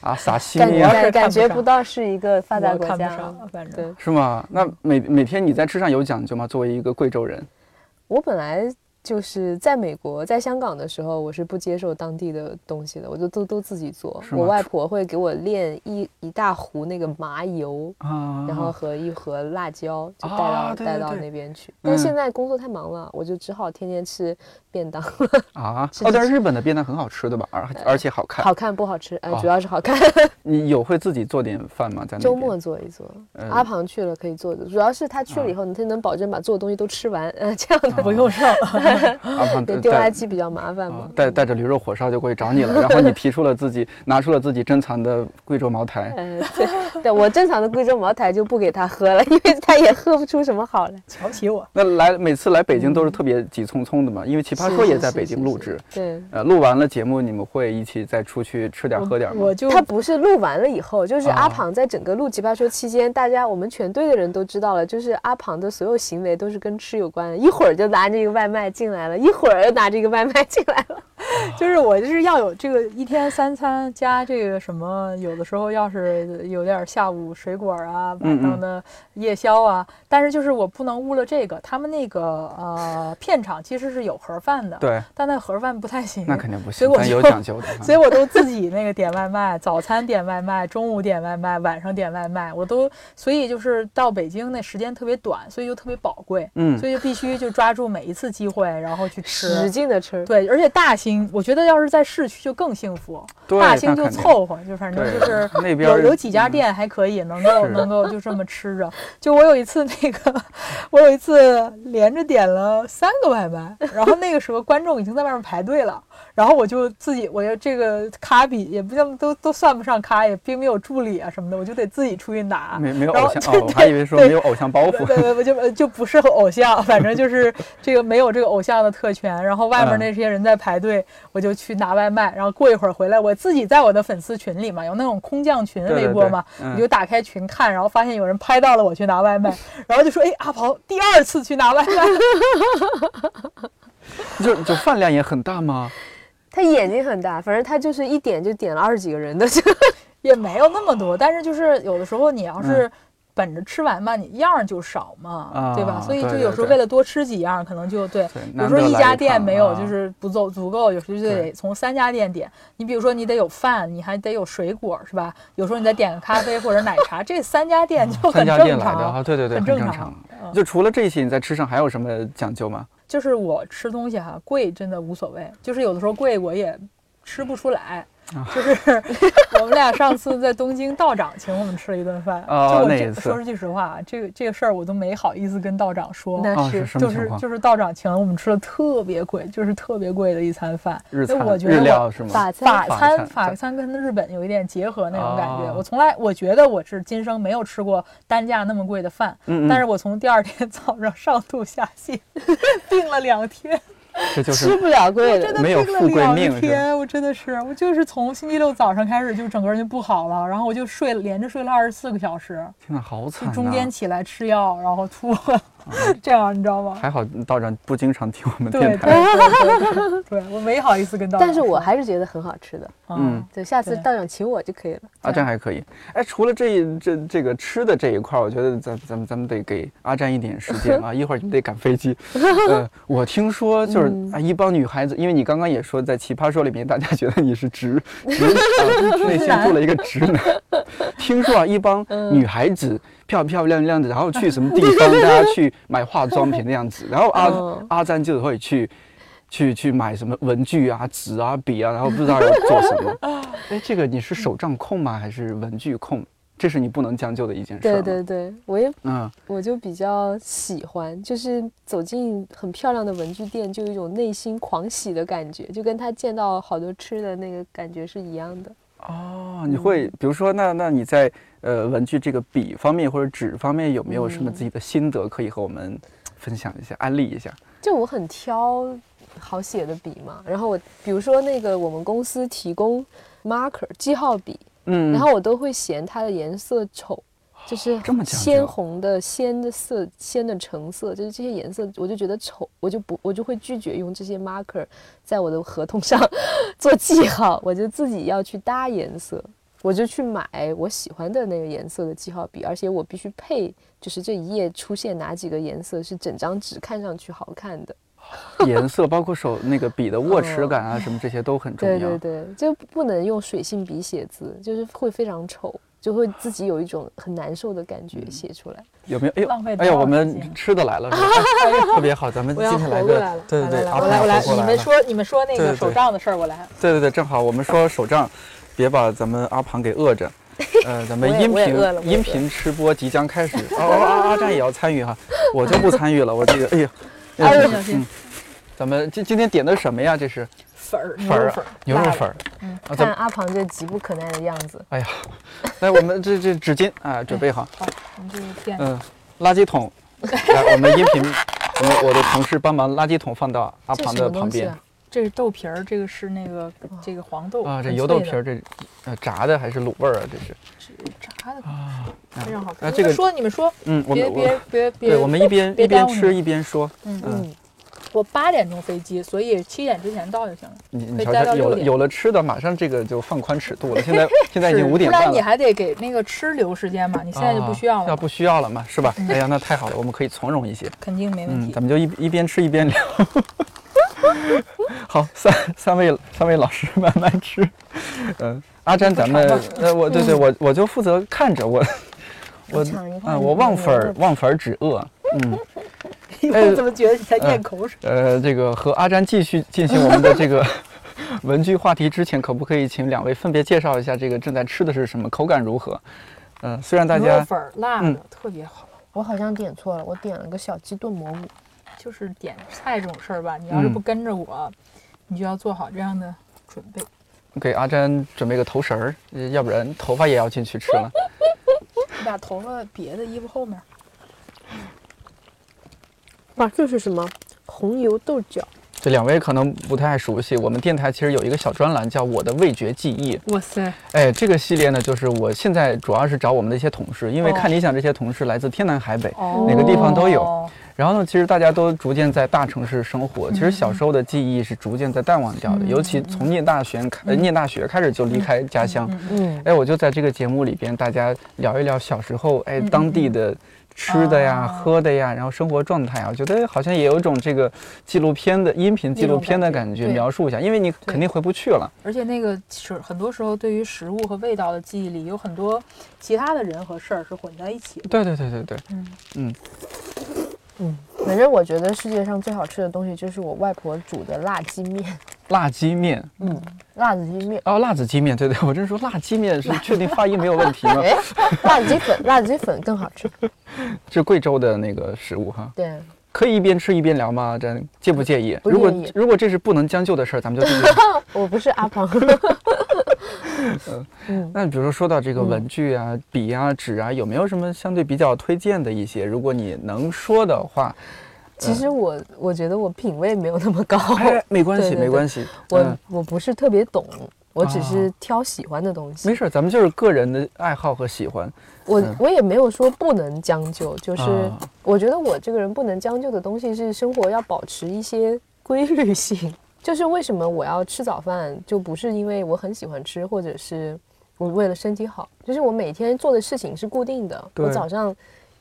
[SPEAKER 3] 啊沙西
[SPEAKER 6] 感
[SPEAKER 3] 米啊，
[SPEAKER 4] 是看
[SPEAKER 6] 感感
[SPEAKER 4] 不
[SPEAKER 6] 觉
[SPEAKER 4] 上
[SPEAKER 6] 不到是一个发达
[SPEAKER 4] 我
[SPEAKER 6] 国
[SPEAKER 4] 看不
[SPEAKER 6] 家。
[SPEAKER 4] 上，嗯反正
[SPEAKER 6] 对
[SPEAKER 3] 是吗？那每每天你在吃上有讲究吗？作为一个贵州人，
[SPEAKER 6] 我本来就是在美国，在香港的时候，我是不接受当地的东西的，我就都都自己做。
[SPEAKER 3] 是吗
[SPEAKER 6] 我外婆会给我炼一一大壶那个麻油，
[SPEAKER 3] 啊，
[SPEAKER 6] 然后和一盒辣椒，就带到、
[SPEAKER 3] 啊对对
[SPEAKER 6] 带到
[SPEAKER 3] 对
[SPEAKER 6] 那边去。但
[SPEAKER 3] 嗯
[SPEAKER 6] 是现在工作太忙了，我就只好天天吃便当，
[SPEAKER 3] 啊，
[SPEAKER 6] 吃
[SPEAKER 3] 哦，但是日本的便当很好吃，对吧？而而且好看。
[SPEAKER 6] 好看不好吃，呃，
[SPEAKER 3] 哦
[SPEAKER 6] 主要是好看。
[SPEAKER 3] 你有会自己做点饭吗？在那
[SPEAKER 6] 周
[SPEAKER 3] 边
[SPEAKER 6] 末做一做，
[SPEAKER 3] 嗯啊
[SPEAKER 6] 阿庞去了可以做的，主要是他去了以后，他能保证把做的东西都吃完， 嗯、这样的
[SPEAKER 3] 不
[SPEAKER 4] 不
[SPEAKER 3] 用
[SPEAKER 4] 用上，
[SPEAKER 3] 阿胖
[SPEAKER 6] 对
[SPEAKER 3] 带
[SPEAKER 6] 丢垃
[SPEAKER 3] 啊带
[SPEAKER 6] 圾比较麻烦嘛
[SPEAKER 3] 嗯啊。带带着驴肉火烧就过去找你了，然后你提出了自己 拿出了自己珍藏的贵州茅台，
[SPEAKER 6] 嗯， 对，对我正常的贵州茅台就不给他喝了，因为他也喝不出什么好来。
[SPEAKER 4] 瞧不起我。
[SPEAKER 3] 那来每次来北京
[SPEAKER 4] 嗯
[SPEAKER 3] 都是特别急匆匆的嘛，因为《奇葩
[SPEAKER 6] 是
[SPEAKER 3] 说》也
[SPEAKER 6] 是
[SPEAKER 3] 在
[SPEAKER 6] 是
[SPEAKER 3] 北
[SPEAKER 6] 是
[SPEAKER 3] 京录
[SPEAKER 6] 是
[SPEAKER 3] 制，
[SPEAKER 6] 对，
[SPEAKER 3] 呃，录完了节目你们会一起再出去吃点儿喝点儿吗
[SPEAKER 4] 我？就
[SPEAKER 6] 他不是录完了以后，就是
[SPEAKER 3] 啊
[SPEAKER 6] 阿庞在整个录《奇葩说》期间，大家我们全队的人都知道了，就是阿庞的所有行为都是跟吃有关的，一会儿就拿着一个外卖进来了，一会儿又拿着一个外卖进来了，
[SPEAKER 4] 就是我就是要有这个一天三餐加这个什么，有的时候要是有点下午水果啊，
[SPEAKER 3] 嗯
[SPEAKER 4] 晚上的夜宵啊，但是就是我不能误了这个，他们那个呃片场其实是有盒饭的，，
[SPEAKER 3] 对，
[SPEAKER 4] 但那盒饭不太行，
[SPEAKER 3] 那肯定不
[SPEAKER 4] 所
[SPEAKER 3] 行，
[SPEAKER 4] 以我
[SPEAKER 3] 咱有
[SPEAKER 4] 就
[SPEAKER 3] 讲究的哈。
[SPEAKER 4] 所以我都自己那个点外卖，早餐点外卖，中午点外卖，晚上点外卖，我都所以就是到北京那时间特别短，所以就特别宝贵，
[SPEAKER 3] 嗯
[SPEAKER 4] 所以就必须就抓住每一次机会，然后去吃，
[SPEAKER 6] 使劲的吃。
[SPEAKER 4] 对，而且大兴，我觉得要是在市区就更幸福，
[SPEAKER 3] 对
[SPEAKER 4] 大
[SPEAKER 3] 那
[SPEAKER 4] 兴就
[SPEAKER 3] 肯定
[SPEAKER 4] 凑合，就反正
[SPEAKER 3] 对
[SPEAKER 4] 就是
[SPEAKER 3] 那边
[SPEAKER 4] 有
[SPEAKER 3] 儿
[SPEAKER 4] 有几家
[SPEAKER 3] 嗯
[SPEAKER 4] 店还可以，能够
[SPEAKER 3] 是
[SPEAKER 4] 能够就这么吃着。就我有一次那个，我有一次连着点了三个外卖，然后那个时候观众已经在外面排队了，然后我就自己，我就这个咖比也不叫都都算不上咖，也并没有助理啊什么的，我就得自己出去拿。
[SPEAKER 3] 没没有
[SPEAKER 4] 然
[SPEAKER 3] 偶
[SPEAKER 4] 后
[SPEAKER 3] 像
[SPEAKER 4] 对
[SPEAKER 3] 哦，我还以为说没
[SPEAKER 4] 对
[SPEAKER 3] 有偶像包
[SPEAKER 4] 不
[SPEAKER 3] 袱。
[SPEAKER 4] 不不，就呃就不是偶像，反正就是这个没有这个偶像的特权。然后外
[SPEAKER 3] 嗯
[SPEAKER 4] 面那些人在排队，我就去拿外卖，然后过一会儿回来，我自己在我的粉丝群里嘛，有那种空降群
[SPEAKER 3] 对
[SPEAKER 4] 微
[SPEAKER 3] 对
[SPEAKER 4] 博
[SPEAKER 3] 对
[SPEAKER 4] 嘛，
[SPEAKER 3] 嗯
[SPEAKER 4] 我就打开群看，然后发现有人拍到了我去拿外卖，然后就说：“哎，阿鹏第二次去拿外卖，
[SPEAKER 3] 就就饭量也很大吗？
[SPEAKER 6] 他眼睛很大，反正他就是一点就点了二十几个人的，就
[SPEAKER 4] 也没有那么多，但是就是有的时候你要是。”本着吃完嘛，你样儿就少嘛，
[SPEAKER 3] 嗯啊
[SPEAKER 4] 对吧？所以
[SPEAKER 3] 对
[SPEAKER 4] 就
[SPEAKER 3] 对
[SPEAKER 4] 有时候
[SPEAKER 3] 对
[SPEAKER 4] 为了多吃几样儿，可能就对
[SPEAKER 3] 对，
[SPEAKER 4] 比如
[SPEAKER 3] 难
[SPEAKER 4] 说
[SPEAKER 3] 得
[SPEAKER 4] 一
[SPEAKER 3] 来
[SPEAKER 4] 家
[SPEAKER 3] 一
[SPEAKER 4] 店
[SPEAKER 3] 趟
[SPEAKER 4] 没有，
[SPEAKER 3] 啊
[SPEAKER 4] 就是不够足够，有时候就
[SPEAKER 3] 对
[SPEAKER 4] 得从三家店点。你比如说，你得有饭，你还得有水果，是吧？有时候你再点个咖啡或者奶茶，这三家店就
[SPEAKER 3] 嗯三
[SPEAKER 4] 很
[SPEAKER 3] 家店
[SPEAKER 4] 正
[SPEAKER 3] 来的啊，
[SPEAKER 4] 常。
[SPEAKER 3] 对对对，很
[SPEAKER 4] 很正
[SPEAKER 3] 正
[SPEAKER 4] 常嗯
[SPEAKER 3] 常。就除了这些，你在吃上还有什么讲究吗？
[SPEAKER 4] 就是我吃东西哈、贵真的无所谓，就是有的时候贵我也吃不出来。
[SPEAKER 3] 啊
[SPEAKER 4] 就是我们俩上次在东京，道长请我们吃了一顿饭，
[SPEAKER 3] 哦
[SPEAKER 4] 就我
[SPEAKER 3] 那
[SPEAKER 4] 这
[SPEAKER 3] 一次
[SPEAKER 4] 说句实话，啊这个这个事儿我都没好意思跟道长说。
[SPEAKER 6] 那
[SPEAKER 3] 啊，
[SPEAKER 6] 是
[SPEAKER 3] 是什么
[SPEAKER 4] 就
[SPEAKER 3] 情
[SPEAKER 4] 呃是
[SPEAKER 3] 况？
[SPEAKER 4] 就是道长请了我们吃了特别贵，就是特别贵的一餐饭。
[SPEAKER 3] 日
[SPEAKER 4] 所以
[SPEAKER 3] 餐
[SPEAKER 4] 我觉得
[SPEAKER 3] 日
[SPEAKER 4] 我
[SPEAKER 3] 料是吗
[SPEAKER 6] 法？
[SPEAKER 4] 啊法
[SPEAKER 3] 法
[SPEAKER 6] 餐
[SPEAKER 3] 餐
[SPEAKER 4] 餐法
[SPEAKER 3] 对
[SPEAKER 4] 餐跟日本有一点结合那种感觉。
[SPEAKER 3] 哦
[SPEAKER 4] 我从来我觉得我是今生没有吃过单价那么贵的饭，
[SPEAKER 3] 嗯嗯
[SPEAKER 4] 但是我从第二天 早上上吐下泻，病了两天，
[SPEAKER 3] 这就
[SPEAKER 6] 吃
[SPEAKER 3] 是
[SPEAKER 6] 不了贵
[SPEAKER 4] 真
[SPEAKER 6] 的。
[SPEAKER 4] 的
[SPEAKER 3] 没有
[SPEAKER 4] 病了
[SPEAKER 3] 富贵
[SPEAKER 4] 两
[SPEAKER 3] 命是
[SPEAKER 4] 天，我真的是我就是从星期六早上开始就整个人就不好了，然后我就睡了连着睡了二十四个小时，
[SPEAKER 3] 天哪，好
[SPEAKER 4] 就
[SPEAKER 3] 惨啊
[SPEAKER 4] 中间
[SPEAKER 3] 呐！哦
[SPEAKER 4] 起来吃药，然后吐了， 这样你知道吗？
[SPEAKER 3] 还好道长不经常听我们
[SPEAKER 4] 对
[SPEAKER 3] 电
[SPEAKER 4] 对
[SPEAKER 3] 台。
[SPEAKER 4] 对对对，对我没好意思跟道长
[SPEAKER 6] 但
[SPEAKER 4] 说。
[SPEAKER 6] 是我还是觉得很好吃的，
[SPEAKER 3] 嗯
[SPEAKER 4] 嗯，
[SPEAKER 6] 对，下次
[SPEAKER 4] 对
[SPEAKER 6] 道长请我就可以了。
[SPEAKER 3] 阿占还可以。哎，除了这一这这个吃的这一块儿，我觉得咱咱们咱们得给阿占一点时间 啊，一会儿你们得赶飞 机。呃，我听说就是啊，一帮女孩子，因为你刚刚也说在《奇葩说》里面，大家觉得你是直直 啊，内心住了一个直男。听说啊，一帮女孩子漂漂亮亮的，然后去什么 地方，大家去买化妆品那样子，然后阿、
[SPEAKER 6] 嗯
[SPEAKER 3] 阿占就会去。去去买什么文具啊、纸啊、笔啊，然后不知道要做什 么。哎，这个你是手账控吗？还是文具控？这是你不能将就的一件事儿。
[SPEAKER 6] 对对，对，我也
[SPEAKER 3] 嗯，
[SPEAKER 6] 我就比较喜欢，就是走进很漂亮的文具店，就有一种内心狂喜的感觉，就跟他见到好多吃的那个感觉是一样的。
[SPEAKER 3] 哦，你会比如说，那那你在呃文具这个笔方面或者纸方面有没有
[SPEAKER 4] 嗯
[SPEAKER 3] 什么自己的心得可以和我们分享一下、安利一下？
[SPEAKER 6] 就我很挑好写的笔嘛，然后我比如说那个我们公司提供 marker 记号笔，
[SPEAKER 3] 嗯，
[SPEAKER 6] 然后我都会嫌它的颜色丑，就是
[SPEAKER 3] 这么讲究
[SPEAKER 6] 鲜红的、鲜的色、鲜的橙色，就是这些颜色，我就觉得丑，我就不，我就会拒绝用这些 marker 在我的合同上 做记号，我就自己要去搭颜色，我就去买我喜欢的那个颜色的记号笔，而且我必须配，就是这一页出现哪几个颜色是整张纸看上去好看的。
[SPEAKER 3] 颜色，包括手那个笔的握持感啊，
[SPEAKER 4] 哦
[SPEAKER 3] 什么这些都很重要。
[SPEAKER 6] 对对对，就不能用水性笔写字，就是会非常丑，就
[SPEAKER 3] 啊
[SPEAKER 6] 会自己有一种很难受的感
[SPEAKER 3] 嗯
[SPEAKER 6] 觉写出来。
[SPEAKER 3] 有没有？哎呦
[SPEAKER 4] 浪费，多
[SPEAKER 3] 哎呀，
[SPEAKER 4] 少
[SPEAKER 3] 我
[SPEAKER 4] 时间
[SPEAKER 3] 们吃的来 了，是吧？哎哎特别好，咱们
[SPEAKER 4] 我
[SPEAKER 3] 今
[SPEAKER 4] 要
[SPEAKER 3] 天来
[SPEAKER 4] 活过
[SPEAKER 3] 个
[SPEAKER 4] 来了，
[SPEAKER 3] 对对对，
[SPEAKER 4] 来来来
[SPEAKER 3] 阿
[SPEAKER 4] 我
[SPEAKER 3] 胖
[SPEAKER 4] 来我来
[SPEAKER 3] 活，过
[SPEAKER 4] 你
[SPEAKER 3] 了
[SPEAKER 4] 们说你们说那
[SPEAKER 3] 对
[SPEAKER 4] 个
[SPEAKER 3] 对
[SPEAKER 4] 手账的事儿，我来。
[SPEAKER 3] 对对对，正好我们说手账，别把咱们阿胖给饿 着。呃，咱们
[SPEAKER 6] 我也
[SPEAKER 3] 音
[SPEAKER 6] 我也饿了
[SPEAKER 3] 频
[SPEAKER 6] 我也饿
[SPEAKER 3] 音
[SPEAKER 6] 了
[SPEAKER 3] 频吃播即将 开始，哦哦啊啊战也要参与哈，我就不参与了，我这个哎呀，
[SPEAKER 4] 哎呦
[SPEAKER 3] 嗯 嗯，咱们今今天点的什么呀？这是
[SPEAKER 4] 粉儿
[SPEAKER 3] 粉儿啊，牛肉
[SPEAKER 6] 辣
[SPEAKER 3] 粉儿，啊，咱
[SPEAKER 6] 嗯看
[SPEAKER 3] 们
[SPEAKER 6] 阿庞这急不可耐的样子，
[SPEAKER 3] 哎呀，来我们这这纸巾啊，准备好，
[SPEAKER 4] 我们这个店
[SPEAKER 3] 嗯，垃圾桶，来我们音频，我们我的同事帮忙垃圾桶放到阿
[SPEAKER 6] 这是
[SPEAKER 3] 庞
[SPEAKER 6] 什
[SPEAKER 3] 的
[SPEAKER 6] 么
[SPEAKER 3] 旁
[SPEAKER 6] 东西
[SPEAKER 3] 边
[SPEAKER 6] 啊？
[SPEAKER 4] 这是豆皮儿，这个是那个这个黄豆
[SPEAKER 3] 啊，这
[SPEAKER 4] 很
[SPEAKER 3] 油豆
[SPEAKER 4] 脆
[SPEAKER 3] 皮
[SPEAKER 4] 的
[SPEAKER 3] 儿这呃炸的还是卤味儿啊？这是
[SPEAKER 4] 是炸的，
[SPEAKER 3] 啊
[SPEAKER 6] 哦
[SPEAKER 4] 非常好看。
[SPEAKER 3] 啊，
[SPEAKER 4] 你
[SPEAKER 3] 这
[SPEAKER 4] 们
[SPEAKER 3] 个
[SPEAKER 4] 说你们说，
[SPEAKER 3] 嗯，我
[SPEAKER 4] 别
[SPEAKER 3] 们我
[SPEAKER 4] 别别别，
[SPEAKER 3] 对，我们一边
[SPEAKER 4] 别
[SPEAKER 3] 一边
[SPEAKER 4] 耽误
[SPEAKER 3] 吃
[SPEAKER 4] 你
[SPEAKER 3] 一边说，
[SPEAKER 4] 嗯
[SPEAKER 3] 嗯，
[SPEAKER 4] 我八点钟飞机，所以七点之前到就行了。
[SPEAKER 3] 你
[SPEAKER 4] 可
[SPEAKER 3] 你
[SPEAKER 4] 以
[SPEAKER 3] 瞧
[SPEAKER 4] 待
[SPEAKER 3] 瞧，
[SPEAKER 4] 到
[SPEAKER 3] 有
[SPEAKER 4] 六
[SPEAKER 3] 了
[SPEAKER 4] 点
[SPEAKER 3] 有了吃的，马上这个就放宽尺度了。现 在现在已经
[SPEAKER 4] 是
[SPEAKER 3] 五点
[SPEAKER 4] 不然
[SPEAKER 3] 半
[SPEAKER 4] 你
[SPEAKER 3] 了，
[SPEAKER 4] 还得给那个吃留时间嘛，你现在就不需要
[SPEAKER 3] 啊
[SPEAKER 4] 了，
[SPEAKER 3] 要不需要了嘛，是吧？ 哎呀，那太好了，我们可以从容一些。
[SPEAKER 4] 肯定没问
[SPEAKER 3] 嗯，
[SPEAKER 4] 题
[SPEAKER 3] 咱。们就一一边吃一边聊。 好，三三位三位老师慢慢吃。嗯，阿詹，咱们呃，我对对，
[SPEAKER 4] 嗯
[SPEAKER 3] 我我就负责看着我我
[SPEAKER 6] 尝一
[SPEAKER 3] 啊，
[SPEAKER 6] 看
[SPEAKER 3] 我忘粉儿忘粉儿止饿。嗯， 哎
[SPEAKER 4] 我怎么觉得你在咽口水？
[SPEAKER 3] 呃，这个和阿詹继续进行我们的这个文具话题之前，可不可以请两位分别介绍一下这个正在吃的是什么，口感如何？嗯、虽然大
[SPEAKER 4] 牛肉
[SPEAKER 3] 家嗯
[SPEAKER 4] 粉儿辣的特别好，
[SPEAKER 6] 我好像点错了，我点了个小鸡炖蘑菇。
[SPEAKER 4] 就是点菜这种事儿吧，你要是
[SPEAKER 3] 嗯
[SPEAKER 4] 不跟着我，你就要做好这样的准备。
[SPEAKER 3] 给阿詹准备个头绳儿，呃要不然头发也要进去吃了。
[SPEAKER 4] 你把头发别在衣服后面，
[SPEAKER 6] 哇，这是什么？红油豆角。
[SPEAKER 3] 这两位可能不太熟悉，我们电台其实有一个小专栏叫《我的味觉记忆》。
[SPEAKER 4] 哇塞，
[SPEAKER 3] 哎，这个系列呢，就是我现在主要是找我们的一些同事，因为
[SPEAKER 4] 哦
[SPEAKER 3] 看理想这些同事来自天南海北，
[SPEAKER 4] 哦，
[SPEAKER 3] 哪个地方都有然后呢，其实大家都逐渐在大城市生活，其实小时候的记忆是逐渐在淡忘掉的，尤其从念大学开、呃念大学开始就离开家乡。
[SPEAKER 6] 嗯，
[SPEAKER 3] 哎，我就在这个节目里边，大家聊一聊小时候哎当地的吃的呀、
[SPEAKER 4] 哦
[SPEAKER 3] 喝的呀，然后生活状态啊，我觉得好像也有一种这个纪录片的音频纪录片的感觉，
[SPEAKER 4] 对
[SPEAKER 3] 描述一下，因为你肯定回不去了。
[SPEAKER 4] 而且那个是很多时候对于食物和味道的记忆里，有很多其他的人和事儿是混在一 起的。
[SPEAKER 3] 对对对对对，
[SPEAKER 4] 嗯
[SPEAKER 3] 嗯，
[SPEAKER 6] 反正我觉得世界上最好吃的东西就是我外婆煮的辣鸡面，
[SPEAKER 3] 辣鸡面
[SPEAKER 6] 辣子鸡面，
[SPEAKER 3] 哦，辣子鸡面，对对，我真说辣鸡面是确定发音没有问题吗？
[SPEAKER 6] 哎，辣子鸡粉，辣子鸡粉更好吃。
[SPEAKER 3] 这贵州的那个食物哈。
[SPEAKER 6] 对，
[SPEAKER 3] 可以一边吃一边聊吗？这介不介意？
[SPEAKER 6] 不
[SPEAKER 3] 如果
[SPEAKER 6] 介意
[SPEAKER 3] 如果这是不能将就的事儿，咱 们就继续。
[SPEAKER 6] 我不是阿庞。
[SPEAKER 3] 嗯
[SPEAKER 6] 嗯
[SPEAKER 3] 那比如说说到这个文具啊、笔啊、纸啊，有没有什么相对比较推荐的一些？如果你能说的话，
[SPEAKER 6] 其实我我觉得我品味没有那么高，
[SPEAKER 3] 嗯 哎，没关系，
[SPEAKER 6] 哦对对对
[SPEAKER 3] 没关系，
[SPEAKER 6] 我
[SPEAKER 3] 嗯
[SPEAKER 6] 我不是特别懂，我只是
[SPEAKER 3] 啊
[SPEAKER 6] 挑喜欢的东
[SPEAKER 3] 没
[SPEAKER 6] 西。
[SPEAKER 3] 事嗯儿，咱们就是个人的爱好和喜欢。
[SPEAKER 6] 我我也没有说不能将就，就是
[SPEAKER 3] 啊
[SPEAKER 6] 我觉得我这个人不能将就的东西是生活要保持一些规律性。 就是为什么我要吃早饭，就不是因为我很喜欢吃，或者是我为了身体好，就是我每天做的事情是固定的。
[SPEAKER 3] 对
[SPEAKER 6] 我早上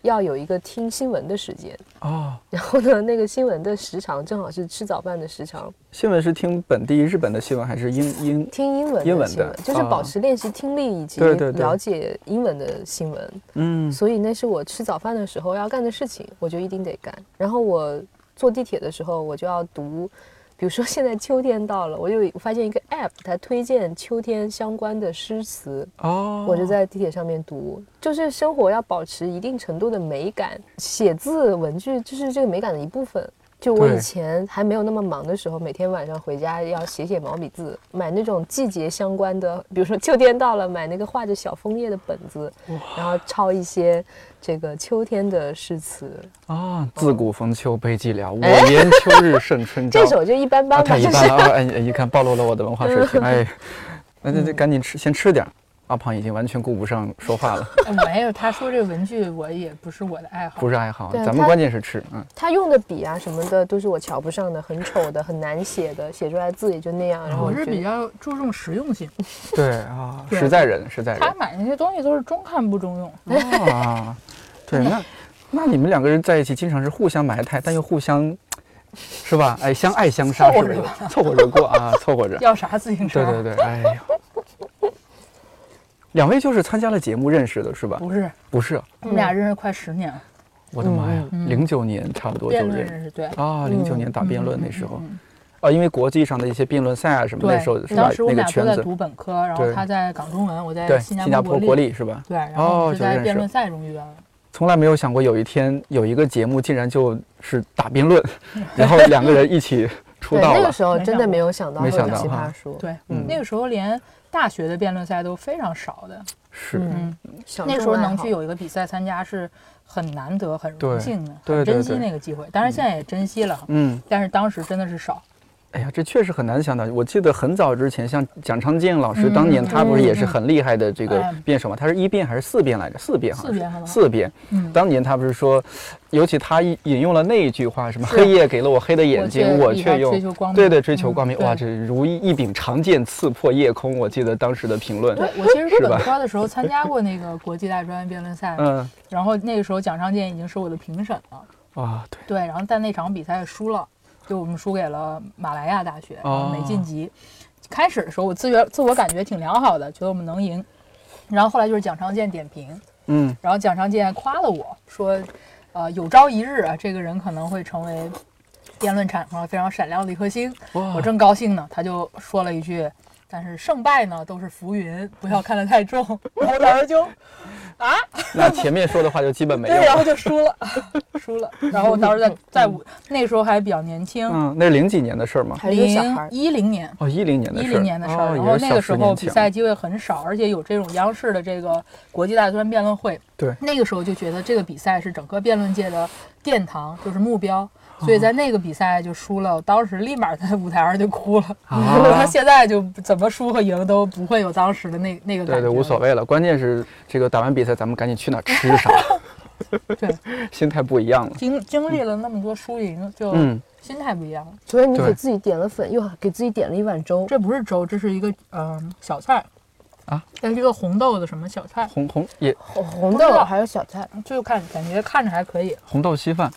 [SPEAKER 6] 要有一个听新闻的时间，
[SPEAKER 3] 哦，
[SPEAKER 6] 然后呢，那个新闻的时长正好是吃早饭的时长。
[SPEAKER 3] 新闻是听本地日本的新闻还是英英？
[SPEAKER 6] 听英文
[SPEAKER 3] 英文
[SPEAKER 6] 新
[SPEAKER 3] 的啊
[SPEAKER 6] 闻，就是保持练习听力以及
[SPEAKER 3] 对对对
[SPEAKER 6] 了解英文的新闻。
[SPEAKER 3] 嗯，
[SPEAKER 6] 所以那是我吃早饭的时候要干的事情，我就一定得干。然后我坐地铁的时候，我就要读，比如说现在秋天到了，我就发现一个 app，它推荐秋天相关的诗词，
[SPEAKER 3] 哦，
[SPEAKER 6] 我就在地铁上面读。就是生活要保持一定程度的美感，写字文具就是这个美感的一部分。就我
[SPEAKER 3] 对
[SPEAKER 6] 以前还没有那么忙的时候，每天晚上回家要写写毛笔字，买那种季节相关的，比如说秋天到了，买那个画着小枫叶的本子，然后抄一些这个秋天的诗词。
[SPEAKER 3] 啊，自古逢秋悲寂寥，我
[SPEAKER 6] 哎
[SPEAKER 3] 言秋日胜 春朝。
[SPEAKER 6] 这首就一般
[SPEAKER 3] 啊，
[SPEAKER 6] 般吧，
[SPEAKER 3] 太一
[SPEAKER 6] 就
[SPEAKER 3] 般
[SPEAKER 6] 是
[SPEAKER 3] 了啊！哎，一看暴露了我的文化水平，哎，那那那赶紧吃，先吃点儿。阿胖已经完全顾不上说话了，
[SPEAKER 4] 哦没有，他说这文具我也不是我的爱好，
[SPEAKER 3] 不是爱好，
[SPEAKER 6] 对
[SPEAKER 3] 咱们
[SPEAKER 6] 他
[SPEAKER 3] 关键是吃，嗯，
[SPEAKER 6] 他用的笔啊什么的都是我瞧不上的，很丑的，很难写的，写出来字也就那样。然后
[SPEAKER 4] 我
[SPEAKER 6] 觉
[SPEAKER 4] 是
[SPEAKER 6] 得
[SPEAKER 4] 比较注重实用性。
[SPEAKER 3] 对啊，
[SPEAKER 4] 对
[SPEAKER 3] 实在人，实在
[SPEAKER 4] 他
[SPEAKER 3] 人
[SPEAKER 4] 买那些东西都是中看不中用，
[SPEAKER 3] 啊，对，那那你们两个人在一起经常是互相埋汰，但又互相是吧？哎，相爱相杀
[SPEAKER 4] 凑
[SPEAKER 3] 是
[SPEAKER 4] 合
[SPEAKER 3] 不
[SPEAKER 4] 着
[SPEAKER 3] 是？凑合着过啊，凑合着。
[SPEAKER 4] 要啥自行车？
[SPEAKER 3] 对对对，哎呀，两位就是参加了节目认识的是吧？
[SPEAKER 4] 不是，
[SPEAKER 3] 不是，啊
[SPEAKER 4] 我们俩认识快十年了，
[SPEAKER 3] 我的妈呀，零九年差不多就
[SPEAKER 4] 辩论
[SPEAKER 3] 认识
[SPEAKER 4] 认识对。
[SPEAKER 3] 啊，零九年打辩论
[SPEAKER 4] 嗯
[SPEAKER 3] 那时候，啊，因为国际上的一些辩论赛啊什么，
[SPEAKER 4] 对
[SPEAKER 3] 那时候，是吧
[SPEAKER 4] 当？时我
[SPEAKER 3] 那个
[SPEAKER 4] 们俩都
[SPEAKER 3] 圈
[SPEAKER 4] 在
[SPEAKER 3] 子，
[SPEAKER 4] 读本科，然后
[SPEAKER 3] 对
[SPEAKER 4] 他在港中文，我在
[SPEAKER 3] 对，
[SPEAKER 4] 新
[SPEAKER 3] 新加
[SPEAKER 4] 坡
[SPEAKER 3] 坡
[SPEAKER 4] 国
[SPEAKER 3] 国。立是吧？
[SPEAKER 4] 对，然后我
[SPEAKER 3] 哦
[SPEAKER 4] 们是
[SPEAKER 3] 就认
[SPEAKER 4] 在
[SPEAKER 3] 识
[SPEAKER 4] 辩论赛中遇到的。
[SPEAKER 3] 从来没有想过有一天有一个节目竟然就是打辩 论，然后两个人一起出
[SPEAKER 6] 对，
[SPEAKER 3] 道
[SPEAKER 6] 那
[SPEAKER 3] 了
[SPEAKER 6] 个。时候真的没有想到会
[SPEAKER 3] 没
[SPEAKER 6] 有
[SPEAKER 3] 想到
[SPEAKER 6] 奇葩
[SPEAKER 3] 哈
[SPEAKER 6] 说，
[SPEAKER 4] 对，
[SPEAKER 3] 嗯
[SPEAKER 4] 那个时候连大学的辩论赛都非常少的，
[SPEAKER 3] 是，
[SPEAKER 6] 嗯，小
[SPEAKER 4] 那个时候
[SPEAKER 6] 众爱
[SPEAKER 4] 能
[SPEAKER 6] 好
[SPEAKER 4] 去有一个比赛参加是很难得、很
[SPEAKER 3] 对
[SPEAKER 4] 荣幸的，
[SPEAKER 3] 对
[SPEAKER 4] 很
[SPEAKER 3] 对
[SPEAKER 4] 珍惜
[SPEAKER 3] 对
[SPEAKER 4] 那个机会。当然现在也珍惜了，
[SPEAKER 3] 嗯，
[SPEAKER 4] 但是当时真的是少。
[SPEAKER 3] 哎呀，这确实很难想到。我记得很早之前，像蒋昌建老师，
[SPEAKER 4] 嗯
[SPEAKER 3] 当年他不是也是
[SPEAKER 4] 嗯
[SPEAKER 3] 很厉害的这个
[SPEAKER 4] 嗯
[SPEAKER 3] 辩手嘛？他是一辩还是四辩来着？四辩好像
[SPEAKER 4] 四辩好
[SPEAKER 3] 是
[SPEAKER 4] 吧
[SPEAKER 3] 四辩。
[SPEAKER 4] 嗯，
[SPEAKER 3] 当年他不是说，尤其他一引用了那一句话，什么“
[SPEAKER 4] 是
[SPEAKER 3] 黑夜给了我黑的眼睛，
[SPEAKER 4] 我却
[SPEAKER 3] 我却
[SPEAKER 4] 以它追求
[SPEAKER 3] 用
[SPEAKER 4] 光”，明
[SPEAKER 3] 对对，追求光明。
[SPEAKER 4] 嗯
[SPEAKER 3] 哇，这
[SPEAKER 4] 对
[SPEAKER 3] 如一柄长剑刺破夜空。我记得当时的评论，
[SPEAKER 4] 对，我其实
[SPEAKER 3] 是吧
[SPEAKER 4] 本科的时候参加过那个国际大专辩论赛，
[SPEAKER 3] 嗯，
[SPEAKER 4] 然后那个时候蒋尚健已经是我的评审了，
[SPEAKER 3] 啊，对，
[SPEAKER 4] 对，然后但那场比赛输了，就我们输给了马来亚大学，然后没
[SPEAKER 3] 哦
[SPEAKER 4] 晋级。开始的时候我自觉自我感觉挺良好的，觉得我们能赢，然后后来就是蒋尚健点评，
[SPEAKER 3] 嗯，
[SPEAKER 4] 然后蒋尚健夸了我说，呃，有朝一日啊，这个人可能会成为辩论场上非常闪亮的一颗星。
[SPEAKER 3] 哇
[SPEAKER 4] 我正高兴呢，他就说了一句。但是胜败呢都是浮云，不要看得太 重。然后当时就
[SPEAKER 3] 那前面说的话就基本没
[SPEAKER 4] 对，啊
[SPEAKER 3] 有
[SPEAKER 4] 然后
[SPEAKER 3] 了。
[SPEAKER 4] 就输了，输了。然后我当时在在舞，那时候还比较年轻，
[SPEAKER 3] 嗯，那是零几年的事儿嘛。
[SPEAKER 6] 嗯还是小孩
[SPEAKER 4] 零
[SPEAKER 6] 儿，
[SPEAKER 4] 一零年，
[SPEAKER 3] 哦，一零年的
[SPEAKER 4] 一
[SPEAKER 3] 事儿，
[SPEAKER 4] 零年的事儿。
[SPEAKER 3] 哦
[SPEAKER 4] 然
[SPEAKER 3] 也
[SPEAKER 4] 后
[SPEAKER 3] 是
[SPEAKER 4] 那
[SPEAKER 3] 小
[SPEAKER 4] 个
[SPEAKER 3] 十
[SPEAKER 4] 时候
[SPEAKER 3] 年
[SPEAKER 4] 比
[SPEAKER 3] 前
[SPEAKER 4] 赛机会很少，而且有这种央视的这个国际大专辩论会。
[SPEAKER 3] 对
[SPEAKER 4] 那个时候就觉得这个比赛是整个辩论界的殿堂，就是目标。所以
[SPEAKER 3] 哦
[SPEAKER 4] 在那个比赛就输了，我当时立马在舞台上就哭了。
[SPEAKER 3] 啊
[SPEAKER 4] 我说现在就怎么输和赢都不会有当时的那那个感
[SPEAKER 3] 对
[SPEAKER 4] 觉。。
[SPEAKER 3] 对，无所。谓了。关键是这个打完比赛，咱们赶紧去哪儿吃啥
[SPEAKER 4] 对，
[SPEAKER 3] 心态不一样了。
[SPEAKER 4] 经经历了那么多输赢，就
[SPEAKER 3] 嗯
[SPEAKER 4] 心态不一样了。
[SPEAKER 6] 昨天你
[SPEAKER 3] 对
[SPEAKER 6] 给自己点了粉，又给自己点了一碗粥，
[SPEAKER 4] 这不是粥，这是一个嗯、呃小菜
[SPEAKER 3] 啊，
[SPEAKER 4] 这是一个红豆的什么小菜，
[SPEAKER 3] 红红也
[SPEAKER 6] 红红
[SPEAKER 4] 不知
[SPEAKER 6] 豆
[SPEAKER 4] 道
[SPEAKER 6] 还有小菜。
[SPEAKER 4] 就看感觉看着还可以。
[SPEAKER 3] 红豆稀饭，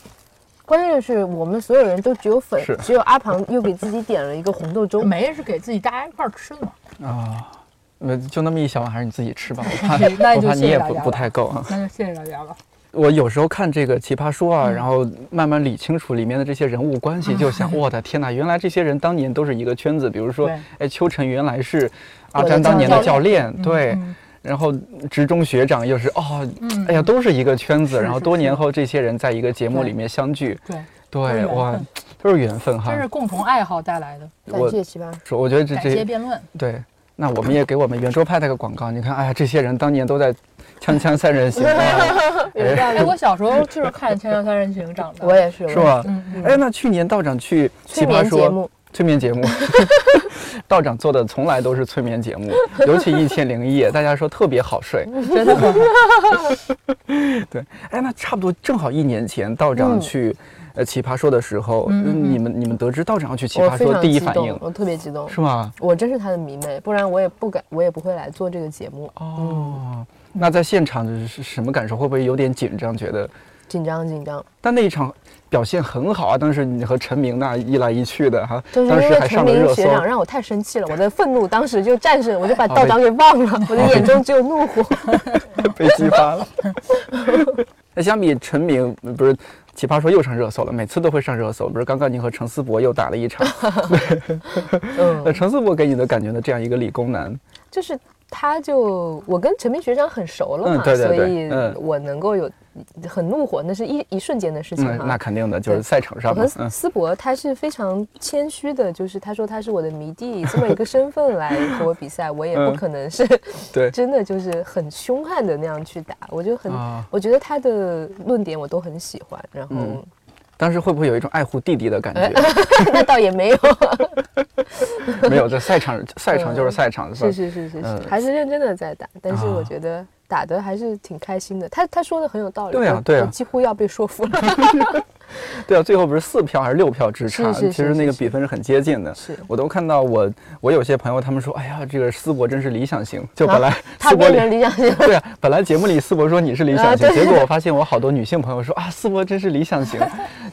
[SPEAKER 6] 关键是我们所有人都只有粉
[SPEAKER 3] 是，
[SPEAKER 6] 只有阿庞又给自己点了一个红豆粥。
[SPEAKER 4] 梅是给自己大家一块儿吃的嘛，
[SPEAKER 3] 呃，就那么一小碗，还是你自己吃吧。我怕，
[SPEAKER 4] 那
[SPEAKER 3] 我
[SPEAKER 4] 就
[SPEAKER 3] 怕
[SPEAKER 4] 谢
[SPEAKER 3] 你
[SPEAKER 4] 谢
[SPEAKER 3] 也
[SPEAKER 4] 大
[SPEAKER 3] 不
[SPEAKER 4] 家
[SPEAKER 3] 不
[SPEAKER 4] 了
[SPEAKER 3] 太够啊。
[SPEAKER 4] 那就谢谢大家了。
[SPEAKER 3] 我有时候看这个《奇葩说》
[SPEAKER 4] 嗯
[SPEAKER 3] 啊，然后慢慢理清楚里面的这些人物关系，就 想，我的天哪，原来这些人当年都是一个圈子。比如说
[SPEAKER 4] 对，
[SPEAKER 3] 哎，邱晨原来是阿
[SPEAKER 6] 我的
[SPEAKER 3] 詹当
[SPEAKER 6] 教
[SPEAKER 3] 年的
[SPEAKER 6] 练
[SPEAKER 3] 教练，对。
[SPEAKER 4] 嗯
[SPEAKER 3] 然后职中学长又是哦，
[SPEAKER 4] 嗯
[SPEAKER 3] 哎呀，都是一个圈子。
[SPEAKER 4] 是
[SPEAKER 3] 然后
[SPEAKER 4] 是
[SPEAKER 3] 多
[SPEAKER 4] 是
[SPEAKER 3] 年后，这些人在一个节目
[SPEAKER 4] 对
[SPEAKER 3] 里面相聚，
[SPEAKER 4] 对，都是
[SPEAKER 3] 对，
[SPEAKER 4] 缘
[SPEAKER 3] 哇
[SPEAKER 4] 分，
[SPEAKER 3] 都是缘分哈
[SPEAKER 4] 这。是共同爱好带来的。
[SPEAKER 6] 感
[SPEAKER 3] 我
[SPEAKER 6] 谢奇葩说，
[SPEAKER 3] 说，我觉得这
[SPEAKER 4] 感谢
[SPEAKER 3] 这
[SPEAKER 4] 辩论，
[SPEAKER 3] 对，那我们也给我们圆桌派那个广告。你看，哎呀，这些人当年都在《锵锵三人行》 啊，
[SPEAKER 6] 有道
[SPEAKER 4] 哎，
[SPEAKER 6] 理。
[SPEAKER 4] 我小时候就是看《锵锵三人行》长大
[SPEAKER 6] 我
[SPEAKER 4] 的。
[SPEAKER 6] 也是，
[SPEAKER 3] 是
[SPEAKER 6] 我也
[SPEAKER 3] 吧？
[SPEAKER 4] 嗯嗯，
[SPEAKER 3] 哎，那去年道长去
[SPEAKER 6] 催
[SPEAKER 3] 奇葩
[SPEAKER 6] 眠节
[SPEAKER 3] 说
[SPEAKER 6] 目，
[SPEAKER 3] 催眠节目， 道长做的从来都是催眠节目，尤其《一千零一夜》，大家说特别好睡。
[SPEAKER 6] 嗯
[SPEAKER 4] 真的很好。
[SPEAKER 3] 对，哎，那差不多正好一年前道长
[SPEAKER 6] 嗯
[SPEAKER 3] 去呃奇葩说的时候，
[SPEAKER 4] 嗯嗯嗯
[SPEAKER 3] 你们你们得知道长要去奇
[SPEAKER 6] 我
[SPEAKER 3] 葩
[SPEAKER 6] 非
[SPEAKER 3] 说，
[SPEAKER 6] 常
[SPEAKER 3] 第一
[SPEAKER 6] 激
[SPEAKER 3] 反应
[SPEAKER 6] 动，嗯我特别激动。
[SPEAKER 3] 是吗？
[SPEAKER 6] 我真是他的迷妹，不然我也不敢，我也不会来做这个节目。
[SPEAKER 3] 哦，那在现场是什么感受？会不会有点紧张？觉得？
[SPEAKER 6] 紧张紧张，
[SPEAKER 3] 但那一场表现很好啊，当时你和陈明那一来一去的哈、
[SPEAKER 6] 就是因
[SPEAKER 3] 当时
[SPEAKER 6] 为
[SPEAKER 3] 还
[SPEAKER 6] 陈
[SPEAKER 3] 上了
[SPEAKER 6] 明
[SPEAKER 3] 热
[SPEAKER 6] 学
[SPEAKER 3] 搜。哦
[SPEAKER 6] 长让我太生气了，我的愤怒当时就战胜，我就把道长给忘了，我的眼中只有怒火。
[SPEAKER 3] 被激发了。 那相比陈明，呃不是《奇葩说》又上热搜了，每次都会上热搜。不是刚刚你和陈思博又打了一场，
[SPEAKER 6] 嗯
[SPEAKER 3] 那，陈思博给你的感觉呢？这样一个理工男，
[SPEAKER 6] 就是他就我跟陈明学长很熟了
[SPEAKER 3] 嗯
[SPEAKER 6] 嘛，
[SPEAKER 3] 对对
[SPEAKER 6] 所
[SPEAKER 3] 对
[SPEAKER 6] 以
[SPEAKER 3] 嗯
[SPEAKER 6] 我能够有很怒火，那是一一瞬间的事情
[SPEAKER 3] 嗯
[SPEAKER 6] 哈。，
[SPEAKER 3] 那肯定的，就是赛场
[SPEAKER 6] 我
[SPEAKER 3] 上嘛
[SPEAKER 6] 和，
[SPEAKER 3] 嗯，
[SPEAKER 6] 思博他是非常谦虚的，就是他说他是我的迷弟这么一个身份来和我比赛，我也不
[SPEAKER 3] 嗯
[SPEAKER 6] 可能是
[SPEAKER 3] 对
[SPEAKER 6] 真的就是很凶悍的那样去打，我就很
[SPEAKER 3] 啊
[SPEAKER 6] 我觉得他的论点我都很喜欢，然后
[SPEAKER 3] 嗯当时会不会有一种爱护弟弟的感觉？
[SPEAKER 6] 那倒也没有，
[SPEAKER 3] 没有，这赛场赛场
[SPEAKER 6] 嗯
[SPEAKER 3] 就是赛场，
[SPEAKER 6] 是
[SPEAKER 3] 吧？
[SPEAKER 6] 是是是是
[SPEAKER 3] 嗯，
[SPEAKER 6] 还是认真的在打，但是
[SPEAKER 3] 啊
[SPEAKER 6] 我觉得打的还是挺开心的。他他说的很有道理，
[SPEAKER 3] 对啊
[SPEAKER 6] 我
[SPEAKER 3] 对啊
[SPEAKER 6] 我几乎要被说服了。
[SPEAKER 3] 对啊，最后不是四票还是六票之差？
[SPEAKER 6] 是是是
[SPEAKER 3] 其实那个
[SPEAKER 6] 是是
[SPEAKER 3] 比分是很接近的。
[SPEAKER 6] 是
[SPEAKER 3] 我都看到我我有些朋友他们说，哎呀，这个思博真是理想型，就本来、
[SPEAKER 6] 啊他
[SPEAKER 3] 思博
[SPEAKER 6] 变
[SPEAKER 3] 里，
[SPEAKER 6] 成理想型
[SPEAKER 3] 对啊，本来节目里思博说你是理想型，
[SPEAKER 6] 啊对
[SPEAKER 3] 结果我发现我好多女性朋友说啊，思博真是理 想型，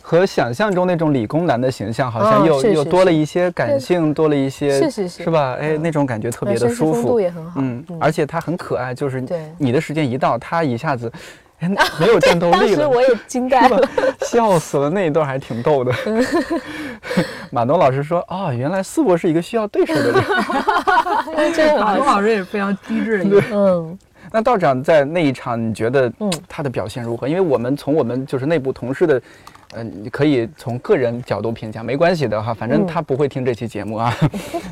[SPEAKER 3] 和想象中那种理工男的形象好像
[SPEAKER 6] 嗯
[SPEAKER 3] 又、
[SPEAKER 6] 是
[SPEAKER 3] 又
[SPEAKER 6] 是
[SPEAKER 3] 多了
[SPEAKER 6] 是
[SPEAKER 3] 一些感
[SPEAKER 6] 对
[SPEAKER 3] 性，多了一些
[SPEAKER 6] 是是是嗯
[SPEAKER 3] 吧？哎，那种感觉特别的
[SPEAKER 6] 绅士
[SPEAKER 3] 舒
[SPEAKER 6] 风
[SPEAKER 3] 服
[SPEAKER 6] 度，也很好。
[SPEAKER 3] 嗯，而且他很可爱，就是
[SPEAKER 6] 对
[SPEAKER 3] 你的时间一到，他一下子。哎 没有战斗
[SPEAKER 6] 当
[SPEAKER 3] 力
[SPEAKER 6] 时
[SPEAKER 3] 了，
[SPEAKER 6] 我也 惊呆了，
[SPEAKER 3] 笑死了，那一段还挺逗的。 马东老师说：“哦，原来思博是一个需要对手的人。
[SPEAKER 6] 真的很
[SPEAKER 4] 马东
[SPEAKER 6] 好。
[SPEAKER 4] 老师也是非常机智的一个人。
[SPEAKER 6] 嗯，”
[SPEAKER 3] 那道长在那一场，你觉得
[SPEAKER 6] 嗯
[SPEAKER 3] 他的表现如何？因为我们从我们就是内部同事的，呃，你可以从个人角度评价，没关系的哈，反正
[SPEAKER 6] 嗯
[SPEAKER 3] 他不会听这期节目 啊。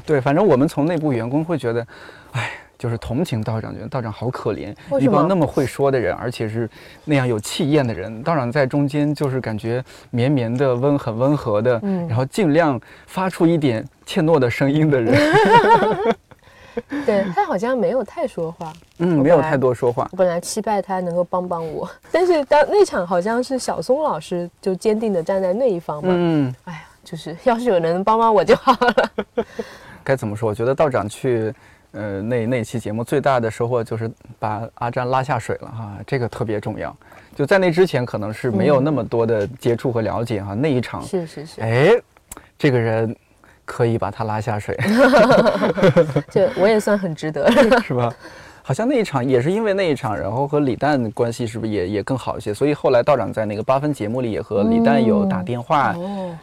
[SPEAKER 3] 对，反正我们从内部员工会觉得，哎。就是同情道长，觉得道长好可怜，
[SPEAKER 6] 为
[SPEAKER 3] 一
[SPEAKER 6] 什
[SPEAKER 3] 帮
[SPEAKER 6] 么
[SPEAKER 3] 那么会说的人，而且是那样有气焰的人，道长在中间就是感觉绵绵的、温很温和的，
[SPEAKER 6] 嗯
[SPEAKER 3] 然后尽量发出一点怯懦的声音的人，
[SPEAKER 6] 对他好像没有太说话。
[SPEAKER 3] 嗯，
[SPEAKER 6] 我
[SPEAKER 3] 没有
[SPEAKER 6] 本来
[SPEAKER 3] 太多说话。
[SPEAKER 6] 我本来期待他能够帮帮我， 但是当那场好像是小松老师就坚定的站在那一方嘛。
[SPEAKER 3] 嗯，
[SPEAKER 6] 哎呀，就是 要是有人能帮帮我就好了。
[SPEAKER 3] 该怎么说？我觉得道长去，呃，那那期节目最大的收获就是把阿詹拉下水了哈、这个特别重要。就在那之前，可能是没有那么多的接触和了解哈、那一场，
[SPEAKER 6] 是是是，
[SPEAKER 3] 哎，这个人可以把他拉下 水，
[SPEAKER 6] 这我也算很 值得。
[SPEAKER 3] 是吧？好像那一场也是因为那一场，然后和李诞关系是不是也也更好一些？所以后来道长在那个八分节目里也和李诞
[SPEAKER 6] 哦
[SPEAKER 3] 有打电话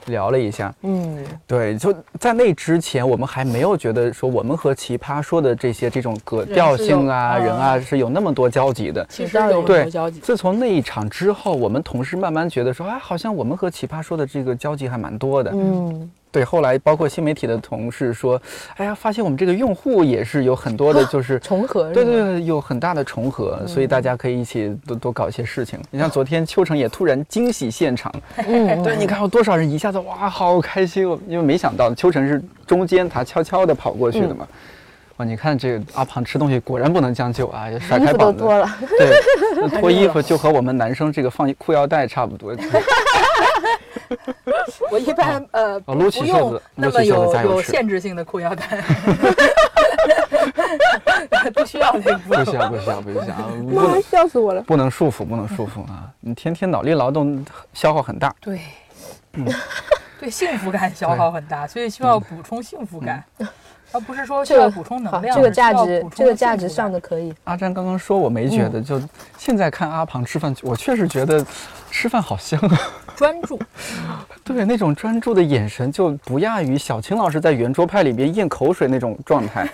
[SPEAKER 3] 聊了一下。
[SPEAKER 6] 嗯，
[SPEAKER 3] 对，就在那之前，我们还没有觉得说我们和奇葩说的这些这种格调性啊、人啊是有那么多交集的。
[SPEAKER 4] 其
[SPEAKER 6] 有
[SPEAKER 4] 实
[SPEAKER 6] 道理
[SPEAKER 4] 嗯有很
[SPEAKER 3] 对
[SPEAKER 4] 多交集，，
[SPEAKER 3] 自从那一场之后，我们同事慢慢觉得说，哎，好像我们和奇葩说的这个交集还蛮多的。
[SPEAKER 6] 嗯，
[SPEAKER 3] 对，后来包括新媒体的同事说，哎呀，发现我们这个用户也是有很多 的，就是
[SPEAKER 6] 重合是
[SPEAKER 3] 对对对，
[SPEAKER 6] 吗，
[SPEAKER 3] 有很大的重合，
[SPEAKER 4] 嗯
[SPEAKER 3] 所以大家可以一起多多搞一些事情。你像昨天邱成也突然惊喜现 场，
[SPEAKER 6] 嗯，
[SPEAKER 3] 对，你看有多少人一下子哇，好开心哦！因为没想到邱成是中间他悄悄地跑过去
[SPEAKER 4] 嗯
[SPEAKER 3] 的嘛。哇，你看这个阿胖吃东西果然不能将就啊，也甩
[SPEAKER 6] 衣
[SPEAKER 3] 开
[SPEAKER 6] 服都
[SPEAKER 3] 膀子，
[SPEAKER 6] 多了，
[SPEAKER 3] 对，那脱衣服就和我们男生这个放裤腰带差不 多。就是
[SPEAKER 4] 我一 般呃
[SPEAKER 3] 哦撸起
[SPEAKER 4] 不
[SPEAKER 3] 袖子
[SPEAKER 4] 用
[SPEAKER 3] 撸
[SPEAKER 4] 那
[SPEAKER 3] 起
[SPEAKER 4] 么
[SPEAKER 3] 袖子
[SPEAKER 4] 有
[SPEAKER 3] 加油
[SPEAKER 4] 有
[SPEAKER 3] 吃
[SPEAKER 4] 限制性的裤腰带， 不需要那个
[SPEAKER 3] 不行不行不行 啊，不
[SPEAKER 6] 妈
[SPEAKER 3] 能
[SPEAKER 6] 笑死我了。
[SPEAKER 3] 不能束缚，不能束缚啊！你天天脑力劳动消耗很大。
[SPEAKER 4] 对，
[SPEAKER 6] 嗯
[SPEAKER 4] 对幸福感消耗很大，所以需要补充幸福感，而不是说需
[SPEAKER 6] 嗯这
[SPEAKER 4] 要
[SPEAKER 6] 个
[SPEAKER 4] 补充能
[SPEAKER 6] 好，
[SPEAKER 4] 量，
[SPEAKER 6] 这个
[SPEAKER 4] 而是需
[SPEAKER 6] 价
[SPEAKER 4] 要
[SPEAKER 6] 值
[SPEAKER 4] 补，
[SPEAKER 6] 这
[SPEAKER 4] 充
[SPEAKER 6] 个价
[SPEAKER 4] 幸
[SPEAKER 6] 值
[SPEAKER 4] 福
[SPEAKER 6] 上
[SPEAKER 4] 感
[SPEAKER 6] 的可以。
[SPEAKER 3] 阿詹刚刚说我没觉得，
[SPEAKER 4] 嗯
[SPEAKER 3] 就现在看阿胖吃饭，我确实觉得吃饭好香 啊。
[SPEAKER 4] 专注，
[SPEAKER 3] 对，那种专注的眼神就不亚于小青老师在圆桌派里边咽口水那种状 态。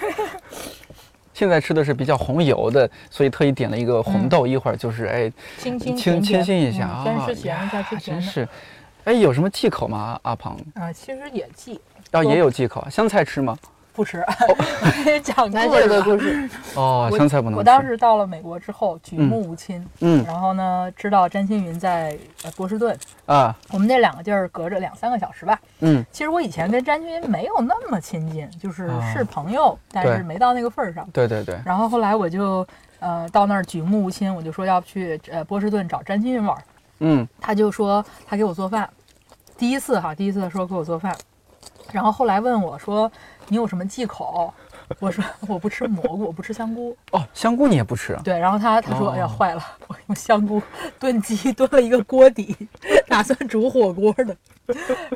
[SPEAKER 3] 现在吃的是比较红油的，所以特意点了一个红豆，一会儿就是哎
[SPEAKER 4] 清
[SPEAKER 3] 清
[SPEAKER 4] 清甜
[SPEAKER 3] 清
[SPEAKER 4] 甜
[SPEAKER 3] 新一下
[SPEAKER 4] 嗯
[SPEAKER 3] 啊，
[SPEAKER 4] 先吃咸的，再吃
[SPEAKER 3] 呀
[SPEAKER 4] 甜
[SPEAKER 3] 真
[SPEAKER 4] 的。
[SPEAKER 3] 是。哎，有什么忌口吗？阿胖，
[SPEAKER 4] 啊，其实也忌
[SPEAKER 3] 啊，
[SPEAKER 4] 我
[SPEAKER 3] 也有忌口，香菜吃吗？
[SPEAKER 4] 不吃， 讲
[SPEAKER 6] 那
[SPEAKER 4] 故
[SPEAKER 6] 这
[SPEAKER 4] 事
[SPEAKER 6] 个
[SPEAKER 4] 吧。
[SPEAKER 6] 故事，
[SPEAKER 3] 哦，
[SPEAKER 4] 我
[SPEAKER 3] 香菜不能吃。
[SPEAKER 4] 我当时到了美国之后，举
[SPEAKER 3] 嗯
[SPEAKER 4] 目无亲，
[SPEAKER 3] 嗯
[SPEAKER 4] 然后呢，知道詹青云在呃波士顿，
[SPEAKER 3] 啊
[SPEAKER 4] 我们那两个地儿隔着两三个小时吧。
[SPEAKER 3] 嗯
[SPEAKER 4] 其实我以前跟詹青云没有那么亲近，就是
[SPEAKER 3] 啊
[SPEAKER 4] 是朋友，但
[SPEAKER 3] 对
[SPEAKER 4] 是没到那个份儿上。
[SPEAKER 3] 对对对，
[SPEAKER 4] 然后后来我就呃到那儿举目无亲，我就说要去呃波士顿找詹青云玩儿，
[SPEAKER 3] 嗯
[SPEAKER 4] 他就说他给我做饭，第一次哈，第一次说给我做饭，然后后来问我说你有什么忌口？我说我不吃蘑菇，我不吃香菇。
[SPEAKER 3] 哦，香菇你也不吃啊？
[SPEAKER 4] 对，然后他他说、
[SPEAKER 3] 哦
[SPEAKER 4] 哎呀坏了，我用香菇炖鸡炖了一个锅底，打算煮火锅的。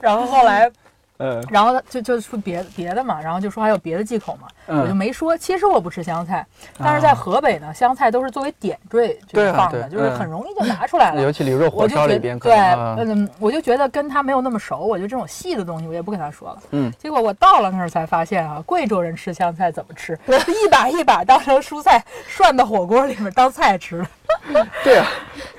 [SPEAKER 4] 然后后来
[SPEAKER 3] 呃
[SPEAKER 4] 然后他就就说别别的嘛，然后就说还有别的忌口嘛，
[SPEAKER 3] 嗯啊
[SPEAKER 4] 我就没说。其实我不吃香菜，但是在河北呢，香菜都是作为点缀
[SPEAKER 3] 对
[SPEAKER 4] 这
[SPEAKER 3] 啊
[SPEAKER 4] 个放
[SPEAKER 3] 对
[SPEAKER 4] 的，就是
[SPEAKER 3] 嗯
[SPEAKER 4] 很容易就拿出来了。
[SPEAKER 3] 尤其驴肉
[SPEAKER 4] 我
[SPEAKER 3] 火
[SPEAKER 4] 就
[SPEAKER 3] 烧
[SPEAKER 4] 觉
[SPEAKER 3] 里
[SPEAKER 4] 得
[SPEAKER 3] 边可
[SPEAKER 4] 对，
[SPEAKER 3] 能啊
[SPEAKER 4] 嗯，我就觉得跟他没有那么熟，我就这种细的东西我也不跟他说了。
[SPEAKER 3] 嗯
[SPEAKER 4] 结果我到了那儿才发现啊，贵州人吃香菜怎么吃？一把一把当成蔬菜涮到火锅里面当菜吃了。
[SPEAKER 3] 对啊，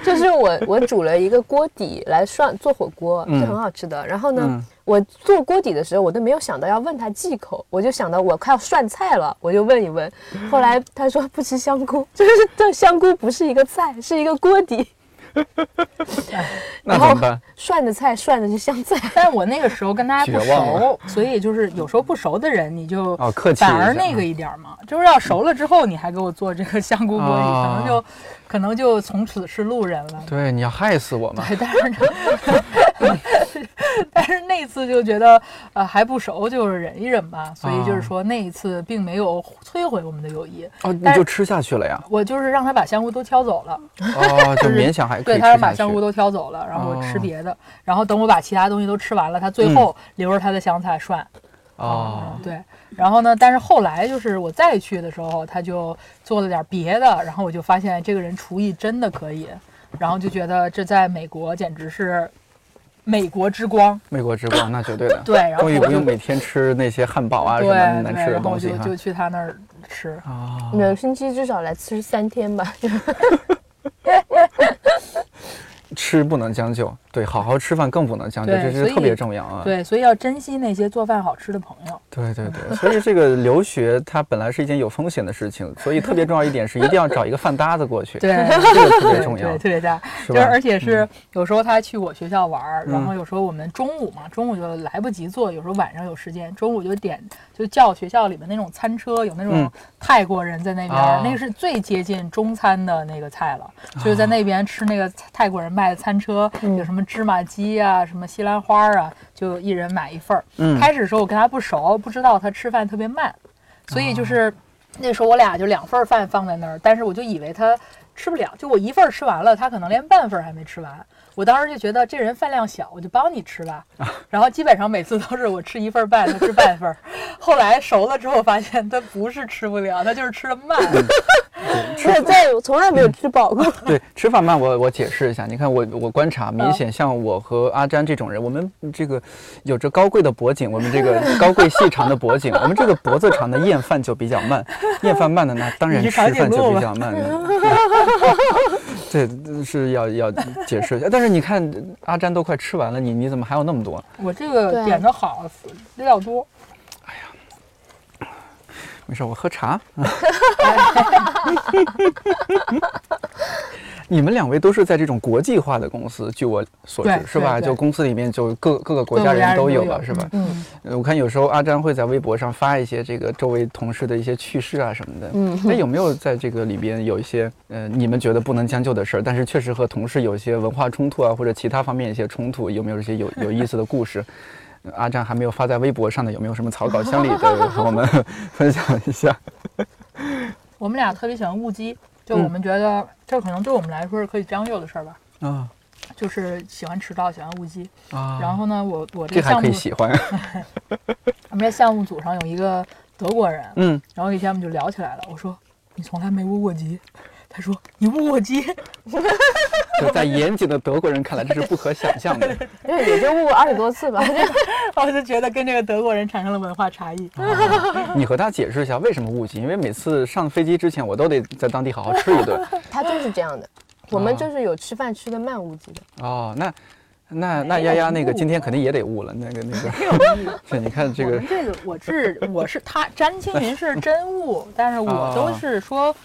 [SPEAKER 6] 就是我我煮了一个锅底来涮做火锅，是
[SPEAKER 3] 嗯
[SPEAKER 6] 很好吃的。然后呢
[SPEAKER 3] 嗯，
[SPEAKER 6] 我做锅底的时候，我都没有想到要问他忌口，我就想到我快要涮菜了，我就问一问。后来他说不吃香菇， 就是这香菇不是一个菜，是一个 锅底。
[SPEAKER 3] 那怎么办？
[SPEAKER 6] 涮的菜涮的是香菜，
[SPEAKER 4] 但我那个时候跟大家不
[SPEAKER 3] 绝望了
[SPEAKER 4] 熟，所以就是有时候不熟的人，你就
[SPEAKER 3] 哦客气一下
[SPEAKER 4] 反而那个一点儿嘛，就是要熟了之后，你还给我做这个 香菇锅底，
[SPEAKER 3] 啊
[SPEAKER 4] 可能就可能就从此是路人了。
[SPEAKER 3] 对，你要害死我嘛！
[SPEAKER 4] 对，但是呢， 但是那次就觉得呃还不熟，就是忍一忍吧。所以就
[SPEAKER 3] 啊
[SPEAKER 4] 是说那一次并没有摧毁我们的友谊，
[SPEAKER 3] 哦，你
[SPEAKER 4] 但是
[SPEAKER 3] 就吃下去了 呀？
[SPEAKER 4] 我就是让他把香菇都挑走了，
[SPEAKER 3] 哦，就勉强还可以
[SPEAKER 4] 对
[SPEAKER 3] 吃
[SPEAKER 4] 他
[SPEAKER 3] 下
[SPEAKER 4] 让
[SPEAKER 3] 去。
[SPEAKER 4] 把香菇都挑走了，然后我
[SPEAKER 3] 哦嗯
[SPEAKER 4] 吃别的，然后等我把其他东西都吃完了，他最后留着他的香菜涮。
[SPEAKER 3] 哦，
[SPEAKER 4] 对，然后呢？但是后来就是我再去的时候，他就做了点别的，然后我就发现这个人厨艺真的可以，然后就觉得这在美国简直是美国之光。
[SPEAKER 3] 美国之光那绝对的。
[SPEAKER 4] 对，然后
[SPEAKER 3] 终于
[SPEAKER 4] 我
[SPEAKER 3] 不
[SPEAKER 4] 就
[SPEAKER 3] 用每天吃那些汉堡啊什
[SPEAKER 4] 对
[SPEAKER 3] 么
[SPEAKER 4] 对，
[SPEAKER 3] 难吃的
[SPEAKER 4] 然后
[SPEAKER 3] 东
[SPEAKER 4] 我
[SPEAKER 3] 西
[SPEAKER 4] 就
[SPEAKER 3] 哈
[SPEAKER 4] 就。去他那儿吃。
[SPEAKER 3] 啊，
[SPEAKER 6] 每个星期至少来吃三 天吧，就是
[SPEAKER 3] 吃不能将就，对，好好吃饭更不能将就，
[SPEAKER 4] 对
[SPEAKER 3] 这
[SPEAKER 4] 所
[SPEAKER 3] 是
[SPEAKER 4] 以
[SPEAKER 3] 特别重要啊。
[SPEAKER 4] 对，所以要珍惜那些做饭好吃的朋友。
[SPEAKER 3] 对对对，所以这个留学它本来是一件有风险的事情，所以特别重要一点是一定要找一个饭搭子过去，
[SPEAKER 4] 对，
[SPEAKER 3] 这个特别
[SPEAKER 4] 对
[SPEAKER 3] 重要
[SPEAKER 4] 对，特，别大。
[SPEAKER 3] 是
[SPEAKER 4] 就是
[SPEAKER 3] 吧
[SPEAKER 4] 而？且是有时候他去我学校玩儿，然
[SPEAKER 3] 嗯
[SPEAKER 4] 后有时候我们中午嘛，中午就来不及做，有时候晚上有时间，中午就点就叫学校里面那种餐车，有那种
[SPEAKER 3] 嗯
[SPEAKER 4] 泰国人在那边儿，
[SPEAKER 3] 啊
[SPEAKER 4] 那个是最接近中餐的那个菜了，就是在那边吃那个泰国人卖的餐车，
[SPEAKER 3] 嗯
[SPEAKER 4] 有什么芝麻鸡啊，什么西兰花啊，就一人买一份儿。
[SPEAKER 3] 嗯
[SPEAKER 4] 开始的时候我跟他不熟，不知道他吃饭特别慢，所以
[SPEAKER 3] 啊
[SPEAKER 4] 就是那时候我俩就两份儿饭放在那儿，但是我就以为他吃不了，就我一份儿吃完了，他可能连半份儿还没吃完。我当时就觉得这人饭量小，我就帮你吃吧。 然后基本上每次都是我吃一份儿半，他吃半份儿。后来熟了之后发现他不是吃不了，他就是吃的慢。
[SPEAKER 3] 嗯
[SPEAKER 6] 我再我从来没有吃饱 过。
[SPEAKER 3] 对，吃饭慢，我我解释一下，你看我我观察，明显像我和阿詹这种人，我们这个有着高贵的脖颈，我们这个高贵细长的脖颈，我们这个脖子长的咽饭就比较慢，咽饭慢的那当然
[SPEAKER 4] 你
[SPEAKER 3] 吃
[SPEAKER 4] 是长
[SPEAKER 3] 饭就
[SPEAKER 4] 颈鹿
[SPEAKER 3] 比
[SPEAKER 4] 吧
[SPEAKER 3] 较慢了。对，是要要解释一下，但是你看阿詹都快吃完了，你你怎么还有那么多？
[SPEAKER 4] 我这个
[SPEAKER 6] 对
[SPEAKER 4] 点的好，料多。
[SPEAKER 3] 没事，我喝茶。 你们两位都是在这种国际化的公司，据我所知
[SPEAKER 4] 对
[SPEAKER 3] 是吧？
[SPEAKER 4] 对对
[SPEAKER 3] 就公司里面就各各个国家人都有了，是吧？
[SPEAKER 4] 嗯，
[SPEAKER 3] 呃我看有时候阿詹会在微博上发一些这个周围同事的一些趣事啊什么的。
[SPEAKER 6] 嗯
[SPEAKER 3] 那有没有在这个里边有一些呃你们觉得不能将就的事儿，但是确实和同事有一些文化冲突啊，或者其他方面一些冲突，有没有一些有有意思的故事？呃阿詹还没有发在微博上的，有没有什么草稿箱里的，和我们 分享一下？
[SPEAKER 4] 我们俩特别喜欢误鸡，
[SPEAKER 3] 嗯
[SPEAKER 4] 就我们觉得这可能对我们来说是可以将就的事儿吧，
[SPEAKER 3] 啊
[SPEAKER 4] 就是喜欢迟到，喜欢误鸡。
[SPEAKER 3] 啊
[SPEAKER 4] 然后呢，我我这
[SPEAKER 3] 这
[SPEAKER 4] 个
[SPEAKER 3] 还
[SPEAKER 4] 项
[SPEAKER 3] 可
[SPEAKER 4] 目
[SPEAKER 3] 以，喜欢，
[SPEAKER 4] 我们这项目组上有一个德国人，
[SPEAKER 3] 嗯，
[SPEAKER 4] 然后有一天我们就聊起来了。我说你从来没误过鸡，他说你误过鸡，
[SPEAKER 3] 就在严谨的德国人看来，这是不可想象 的。
[SPEAKER 6] 对，也就误二十多次吧。
[SPEAKER 4] 然后就觉得跟这个德国人产生了文化差异。
[SPEAKER 3] 你和他解释一下为什么误解，因为每次上飞机之前，我都得在当地好好吃一顿。
[SPEAKER 6] 他就是这样的，我们就是有吃饭吃的慢无极的。
[SPEAKER 3] 哦，那那那丫丫那个今天肯定也得误了，那个那个， 是你看这
[SPEAKER 4] 我
[SPEAKER 3] 个
[SPEAKER 4] 们，这个我是我是他詹青 云是真误，但是我都是说比
[SPEAKER 3] 哦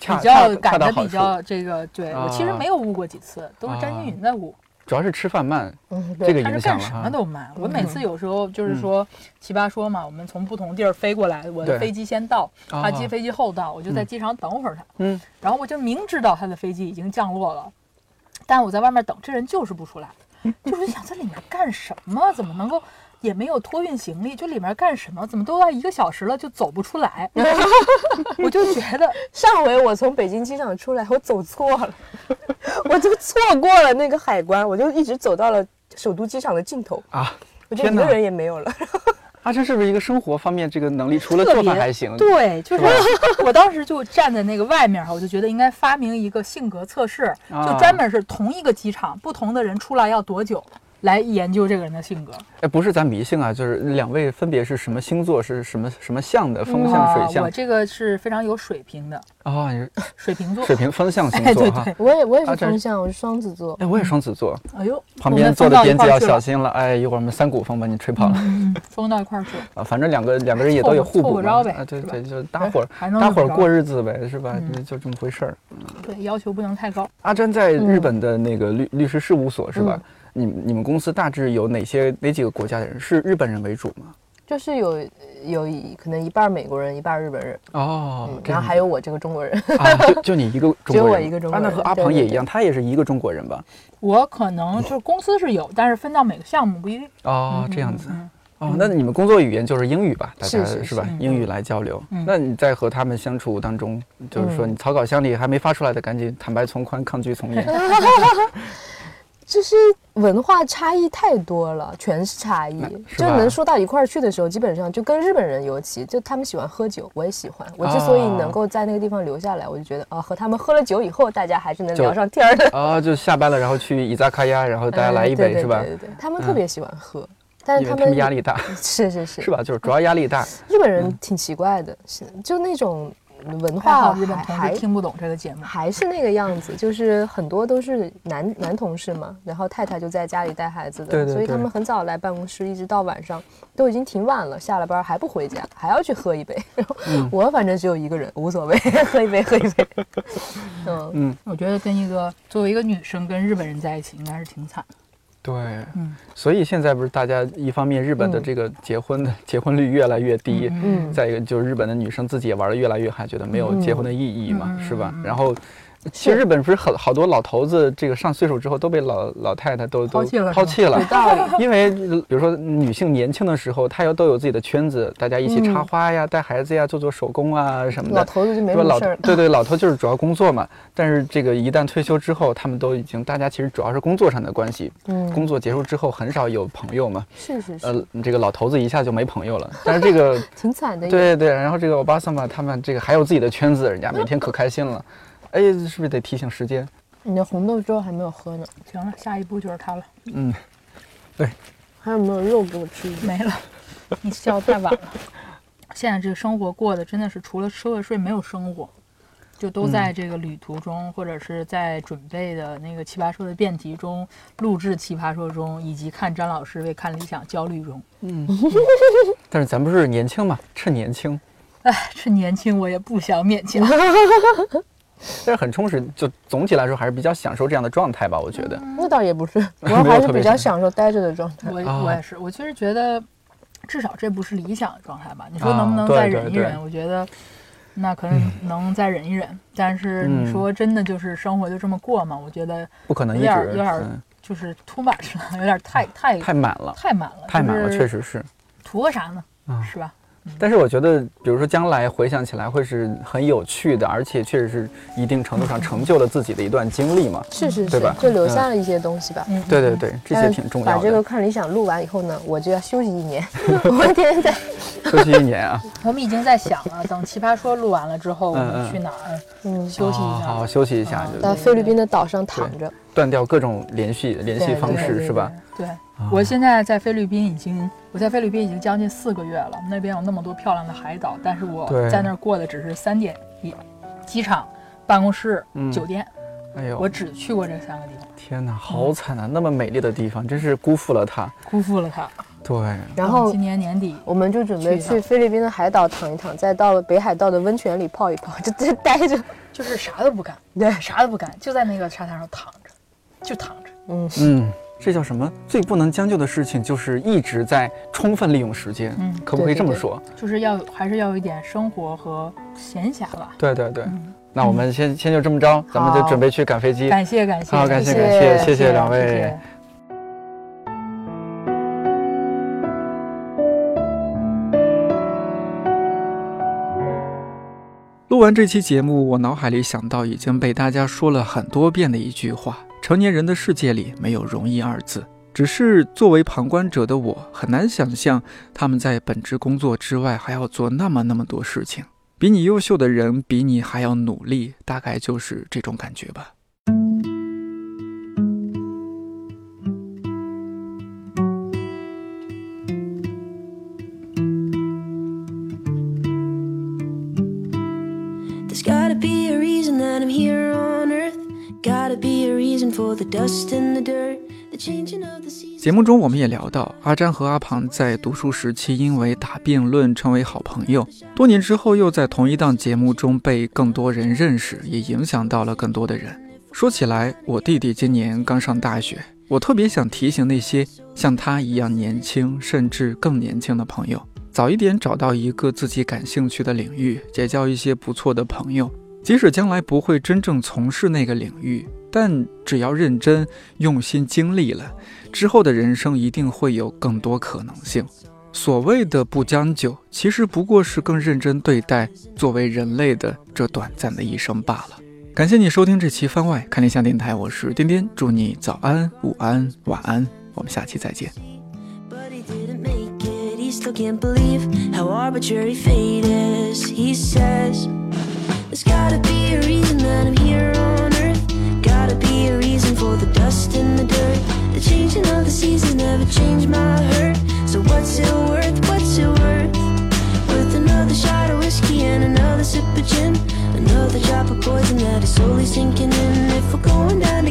[SPEAKER 3] 恰
[SPEAKER 4] 较
[SPEAKER 3] 恰
[SPEAKER 4] 赶
[SPEAKER 3] 恰到
[SPEAKER 4] 的
[SPEAKER 3] 好
[SPEAKER 4] 比
[SPEAKER 3] 处，
[SPEAKER 4] 较这个，对我其实
[SPEAKER 3] 啊
[SPEAKER 4] 没有误过几次，都是詹青云在误。
[SPEAKER 3] 主要是吃饭慢，
[SPEAKER 6] 嗯，
[SPEAKER 3] 这个
[SPEAKER 4] 他是
[SPEAKER 3] 影响
[SPEAKER 4] 干
[SPEAKER 3] 了
[SPEAKER 4] 什
[SPEAKER 3] 哈嗯
[SPEAKER 4] 么。都慢。我每次有时候就是说奇葩说嘛，我们从不同地儿飞过来，我
[SPEAKER 3] 对
[SPEAKER 4] 的飞机先到，
[SPEAKER 3] 啊
[SPEAKER 4] 他机飞机后到，我就在机场等会儿他。
[SPEAKER 3] 嗯，
[SPEAKER 4] 然后我就明知道他的飞机已经降落了，但我在外面等，这人就是不出来，就是想在里面干什么？怎么能够？也没有托运行李，就里面干什么？怎么都要一个小时了，就走不出 来？我就觉得
[SPEAKER 3] 嗯
[SPEAKER 6] 上回我从北京机场出来，我走错了， 我就错过了那个海关，我就一直走到了首都机场的尽头，
[SPEAKER 3] 啊，
[SPEAKER 6] 我就一
[SPEAKER 3] 天哪
[SPEAKER 6] 个人也没有了。
[SPEAKER 3] 阿珍是不是一个生活方面这个能力，除了
[SPEAKER 4] 特
[SPEAKER 3] 做饭
[SPEAKER 4] 别
[SPEAKER 3] 还行？
[SPEAKER 4] 对，就是
[SPEAKER 3] 吧
[SPEAKER 4] 我当时就站在那个外面儿，我就觉得应该发明一个性格测试，
[SPEAKER 3] 啊
[SPEAKER 4] 就专门是同一个机场不同的人出来要多久。来研究这个人的性格，
[SPEAKER 3] 哎，不是咱迷信啊，就是两位分别是什么星座，是什么什么象的，风象、
[SPEAKER 4] 啊
[SPEAKER 3] 水，象
[SPEAKER 4] 我这个是非常有水平的
[SPEAKER 3] 啊，你是
[SPEAKER 4] 水瓶座。
[SPEAKER 3] 水瓶风象星
[SPEAKER 4] 哎，
[SPEAKER 3] 座
[SPEAKER 4] 对
[SPEAKER 3] 哈。
[SPEAKER 4] 对，
[SPEAKER 6] 我也我也
[SPEAKER 3] 啊
[SPEAKER 6] 是
[SPEAKER 3] 这
[SPEAKER 6] 风象，我是双子座。
[SPEAKER 3] 哎，我也双子座，
[SPEAKER 4] 哎呦，
[SPEAKER 3] 旁
[SPEAKER 4] 我
[SPEAKER 3] 边
[SPEAKER 4] 们
[SPEAKER 3] 坐
[SPEAKER 4] 疯
[SPEAKER 3] 的
[SPEAKER 4] 到一
[SPEAKER 3] 编辑
[SPEAKER 4] 块儿
[SPEAKER 3] 要
[SPEAKER 4] 去
[SPEAKER 3] 小
[SPEAKER 4] 了，
[SPEAKER 3] 心了。哎，一会儿我们三股风把你吹跑了
[SPEAKER 4] 嗯，疯到一块儿去了。
[SPEAKER 3] 啊！反正两个两个人也都有互
[SPEAKER 4] 凑
[SPEAKER 3] 补
[SPEAKER 4] 合着
[SPEAKER 3] 嘛
[SPEAKER 4] 呗
[SPEAKER 3] 啊，对
[SPEAKER 4] 是吧
[SPEAKER 3] 对，就是搭伙儿
[SPEAKER 4] 还能
[SPEAKER 3] 搭
[SPEAKER 4] 怎
[SPEAKER 3] 伙儿
[SPEAKER 4] 么着
[SPEAKER 3] 过日子呗，是吧？
[SPEAKER 4] 嗯
[SPEAKER 3] 就就这么回事儿。
[SPEAKER 4] 对，要求不能太高。
[SPEAKER 3] 阿詹在
[SPEAKER 6] 嗯
[SPEAKER 3] 日本的那个律律师事务所是吧？你你们公司大致有哪些哪几个国家的人？是日本人为主吗？
[SPEAKER 6] 就是有有一可能一半儿美国人，一半儿日本人，
[SPEAKER 2] 哦
[SPEAKER 6] 嗯，
[SPEAKER 2] 这
[SPEAKER 6] 然
[SPEAKER 2] 样
[SPEAKER 6] 后还有我这个中国人，
[SPEAKER 3] 啊，就就你一个中国人，
[SPEAKER 6] 只有我一个中国
[SPEAKER 3] 啊那
[SPEAKER 6] 人
[SPEAKER 3] 和阿
[SPEAKER 6] 对
[SPEAKER 3] 庞
[SPEAKER 6] 对
[SPEAKER 3] 也一
[SPEAKER 6] 对
[SPEAKER 3] 样，他也是一个中国人吧？
[SPEAKER 4] 我可
[SPEAKER 3] 嗯
[SPEAKER 4] 能就是公司是有，但是分到每个项目不一定。
[SPEAKER 3] 哦，这样子。
[SPEAKER 4] 嗯
[SPEAKER 3] 哦，那你们工作语言就是英语吧？大
[SPEAKER 6] 是
[SPEAKER 3] 家
[SPEAKER 6] 是
[SPEAKER 3] 吧
[SPEAKER 4] 是？
[SPEAKER 3] 英语来交流。
[SPEAKER 4] 嗯
[SPEAKER 3] 那你在和他们相处当中，就是说
[SPEAKER 6] 嗯
[SPEAKER 3] 你草稿箱里还没发出来的，赶紧坦白从宽，抗拒从 严。
[SPEAKER 6] 就是文化差异太多了，全是差异，
[SPEAKER 3] 是
[SPEAKER 6] 就
[SPEAKER 3] 吧
[SPEAKER 6] 能说到一块儿去的时候，基本上就跟日本人尤其，就他们喜欢喝酒，我也喜欢，我之所以能够在那个地方留下来，我就觉得啊，和他们喝了酒以后，大家还是能
[SPEAKER 3] 就
[SPEAKER 6] 聊上天儿的。
[SPEAKER 3] 啊，就下班了，然后去伊扎卡亚，然后大家来一
[SPEAKER 6] 嗯对
[SPEAKER 3] 杯
[SPEAKER 6] 对
[SPEAKER 3] 是吧
[SPEAKER 6] 对？对对，他们特别喜欢喝，但是
[SPEAKER 3] 因为
[SPEAKER 6] 他
[SPEAKER 3] 他
[SPEAKER 6] 们嗯
[SPEAKER 3] 们压力大，
[SPEAKER 6] 是是是
[SPEAKER 3] 是？吧？就是嗯主要压力大。
[SPEAKER 6] 日本人挺奇怪的，是就那种文
[SPEAKER 4] 还好
[SPEAKER 6] 化
[SPEAKER 4] 日本
[SPEAKER 6] 还
[SPEAKER 4] 同
[SPEAKER 6] 还
[SPEAKER 4] 事听不懂这个节目。
[SPEAKER 6] 还是那个样子，就是很多都是男男同事嘛，然后太太就在家里带孩子的，
[SPEAKER 3] 对对
[SPEAKER 6] 所以他
[SPEAKER 3] 对
[SPEAKER 6] 们很早来办公室，一直到晚上，都已经挺晚了，下了班还不回家，还要去喝一杯。 然后
[SPEAKER 3] 嗯
[SPEAKER 6] 我反正只有一个人，无所谓，喝一杯，喝一杯。 嗯，
[SPEAKER 4] 我觉得跟一个作为一个女生跟日本人在一起，应该是挺惨的。
[SPEAKER 3] 对，
[SPEAKER 4] 嗯
[SPEAKER 3] 所以现在不是大家一方面日本的
[SPEAKER 6] 嗯
[SPEAKER 3] 这个结婚的、结婚率越来越低，
[SPEAKER 6] 嗯
[SPEAKER 3] 再一个就是日本的女生自己也玩的越来越嗨，觉得没有结婚的意义嘛，
[SPEAKER 4] 嗯
[SPEAKER 3] 是吧
[SPEAKER 4] 嗯嗯？嗯
[SPEAKER 3] 然后，其实日本不是很好多老头子，这个上岁数之后都被老老太太都都
[SPEAKER 4] 抛弃了是吧
[SPEAKER 3] 抛弃了
[SPEAKER 6] 有。道理。
[SPEAKER 3] 因为比如说女性年轻的时候，她要都有自己的圈子，大家一起插花呀、带孩子呀、做做手工啊什么的。
[SPEAKER 6] 嗯老头子就没
[SPEAKER 3] 说
[SPEAKER 6] 什么
[SPEAKER 3] 老
[SPEAKER 6] 事儿了。
[SPEAKER 3] 对对， 老头就是主要工作嘛。但是这个一旦退休之后，他们都已经大家其实主要是工作上的关系，工
[SPEAKER 6] 嗯，
[SPEAKER 3] 作结束之后很少有朋友嘛。
[SPEAKER 6] 是是是，
[SPEAKER 3] 呃，这个老头子一下就没朋友了。但是这 个
[SPEAKER 4] 哎
[SPEAKER 6] 挺惨的。，
[SPEAKER 3] 对对，然后这个奥巴萨嘛，他们这个还有自己的圈子，人家每天可开心了。哎，是不是得提醒时间？
[SPEAKER 6] 你的红豆粥还没有喝呢，
[SPEAKER 4] 行了，下一步就是它了，
[SPEAKER 3] 嗯，
[SPEAKER 6] 还有没有肉给我吃一 点？
[SPEAKER 4] 没了。你笑得太晚了。现在这个生活过得真的是除了收了税没有生活，就都
[SPEAKER 3] 嗯
[SPEAKER 4] 在这个旅途中，或者是在准备的那个奇葩说的辩题中、录制奇葩说中，以及看张老师为看理想焦虑中。
[SPEAKER 3] 但是咱不是年轻嘛，趁年轻，
[SPEAKER 4] 唉，趁年轻我也不想 勉强。
[SPEAKER 3] 但是很充实，就总体来说还是比较享受这样的状态吧，我觉
[SPEAKER 4] 嗯
[SPEAKER 3] 得。
[SPEAKER 6] 那倒 也不是，我
[SPEAKER 3] 没有
[SPEAKER 6] 还是
[SPEAKER 3] 特别
[SPEAKER 6] 比较
[SPEAKER 3] 想
[SPEAKER 6] 享受待着的状态。
[SPEAKER 4] 我、
[SPEAKER 3] 啊
[SPEAKER 4] 我也是，我其实觉得，至少这不是理想的状态吧？你说能
[SPEAKER 3] 啊
[SPEAKER 4] 不能
[SPEAKER 3] 对
[SPEAKER 4] 再
[SPEAKER 3] 对
[SPEAKER 4] 忍一
[SPEAKER 3] 对
[SPEAKER 4] 忍？我觉得那可能能再忍一忍，但是你
[SPEAKER 3] 嗯
[SPEAKER 4] 说真的就是生活就这么过嘛？我觉得
[SPEAKER 3] 不可能一
[SPEAKER 4] 有点儿
[SPEAKER 3] 直
[SPEAKER 4] 有点儿
[SPEAKER 3] 嗯
[SPEAKER 4] 就是 too much 了，有点太太
[SPEAKER 3] 啊太满了，
[SPEAKER 4] 太满了，
[SPEAKER 3] 太满了，
[SPEAKER 4] 就是
[SPEAKER 3] 确实是。
[SPEAKER 4] 图个啥呢？
[SPEAKER 3] 啊
[SPEAKER 4] 是吧？
[SPEAKER 3] 但是我觉得，比如说将来回想起来会是很有趣的，而且确实是一定程度上成就了自己的一段经历嘛。
[SPEAKER 6] 是是
[SPEAKER 3] 对
[SPEAKER 6] 是
[SPEAKER 3] 吧，
[SPEAKER 6] 就留下了一些东西吧。
[SPEAKER 4] 嗯，
[SPEAKER 3] 对对
[SPEAKER 4] 嗯。
[SPEAKER 3] 对，这
[SPEAKER 6] 但
[SPEAKER 3] 些
[SPEAKER 6] 是
[SPEAKER 3] 挺重要
[SPEAKER 6] 把这个
[SPEAKER 3] 的。
[SPEAKER 6] 看理想录完以后呢，我就要休息一年， 我天天在。
[SPEAKER 3] 休息一年 啊，
[SPEAKER 4] 我们已经在想了，等《奇葩说》录完了之后，我
[SPEAKER 3] 嗯
[SPEAKER 4] 们
[SPEAKER 3] 嗯
[SPEAKER 4] 去哪儿
[SPEAKER 6] 嗯，
[SPEAKER 4] 休息一
[SPEAKER 3] 哦
[SPEAKER 4] 下？
[SPEAKER 3] 好好休息一下
[SPEAKER 4] 嗯，
[SPEAKER 3] 就
[SPEAKER 6] 在菲律宾的岛上躺着，
[SPEAKER 3] 断掉各种联系联系
[SPEAKER 6] 对
[SPEAKER 3] 方
[SPEAKER 6] 对
[SPEAKER 3] 式
[SPEAKER 6] 对
[SPEAKER 3] 是吧？
[SPEAKER 4] 对，我现在在菲律宾已经，我在菲律宾已经将近四个月了。那边有那么多漂亮的海岛，但是我
[SPEAKER 3] 对
[SPEAKER 4] 在那儿过的只是三点一，机场、办公室、
[SPEAKER 3] 嗯
[SPEAKER 4] 酒店，
[SPEAKER 3] 哎呦，
[SPEAKER 4] 我只去过这三个地方，
[SPEAKER 3] 天哪，好惨啊！那么美丽的地方，真是辜负了它。
[SPEAKER 6] 嗯
[SPEAKER 4] 辜负了它。
[SPEAKER 3] 对，
[SPEAKER 6] 然后
[SPEAKER 4] 今年年底，
[SPEAKER 6] 我们就准
[SPEAKER 4] 去
[SPEAKER 6] 备
[SPEAKER 4] 一趟
[SPEAKER 6] 嗯去菲律宾的海岛躺一躺，再到北海道的温泉里泡一泡，就就 待着。
[SPEAKER 4] 就是啥都不干，
[SPEAKER 6] 对，
[SPEAKER 4] 啥都不干，就在那个沙滩上躺着，就躺着。
[SPEAKER 6] 嗯，
[SPEAKER 3] 嗯，这叫什么？最不能将就的事情就是一直在充分利用时间，
[SPEAKER 4] 嗯
[SPEAKER 3] 可不可以
[SPEAKER 6] 对对
[SPEAKER 3] 这么
[SPEAKER 6] 对
[SPEAKER 3] 说？
[SPEAKER 4] 就是要还是要有一点生活和闲暇吧。
[SPEAKER 3] 对对对，那我们先先就这么着，咱们就
[SPEAKER 6] 嗯好
[SPEAKER 3] 准备去赶飞机。
[SPEAKER 4] 感谢感谢，
[SPEAKER 3] 哎好，感谢
[SPEAKER 6] 谢
[SPEAKER 3] 感谢，谢
[SPEAKER 6] 谢
[SPEAKER 3] 谢两位。
[SPEAKER 4] 谢谢
[SPEAKER 2] 录完这期节目，我脑海里想到已经被大家说了很多遍的一句话：成年人的世界里没有容易二字。只是作为旁观者的我，很难想象他们在本职工作之外还要做那么那么多事情。比你优秀的人，比你还要努力，大概就是这种感觉吧。
[SPEAKER 7] There's gotta be a reason that I'm here on earth. Gotta be a reason for the dust and the dirt, the changing of the seasons.
[SPEAKER 2] 节目中我们也聊到，阿詹和阿庞在读书时期因为打辩论成为好朋友，多年之后又在同一档节目中被更多人认识，也影响到了更多的人。说起来，我弟弟今年刚上大学，我特别想提醒那些像他一样年轻，甚至更年轻的朋友，
[SPEAKER 3] 早一点找到一个自己感兴趣的领域，结交一些不错的朋友。即使将来不会真正从事那个领域，但只要认真用心经历了，之后的人生一定会有更多可能性。所谓的不将就，其实不过是更认真对待作为人类的这短暂的一生罢了。感谢你收听这期番外看理想电台，我是颠颠，祝你早安、午安、晚安，我们下期再见。
[SPEAKER 7] But he didn't make it. He still can't believe how arbitrary fate is. He says, There's gotta be a reason that I'm here on earth. Gotta be a reason for the dust and the dirt. The changing of the seasons never changed my hurt. So what's it worth? What's it worth? Worth another shot of whiskey and another sip of gin. Another drop of poison that is slowly sinking in. If we're going down together,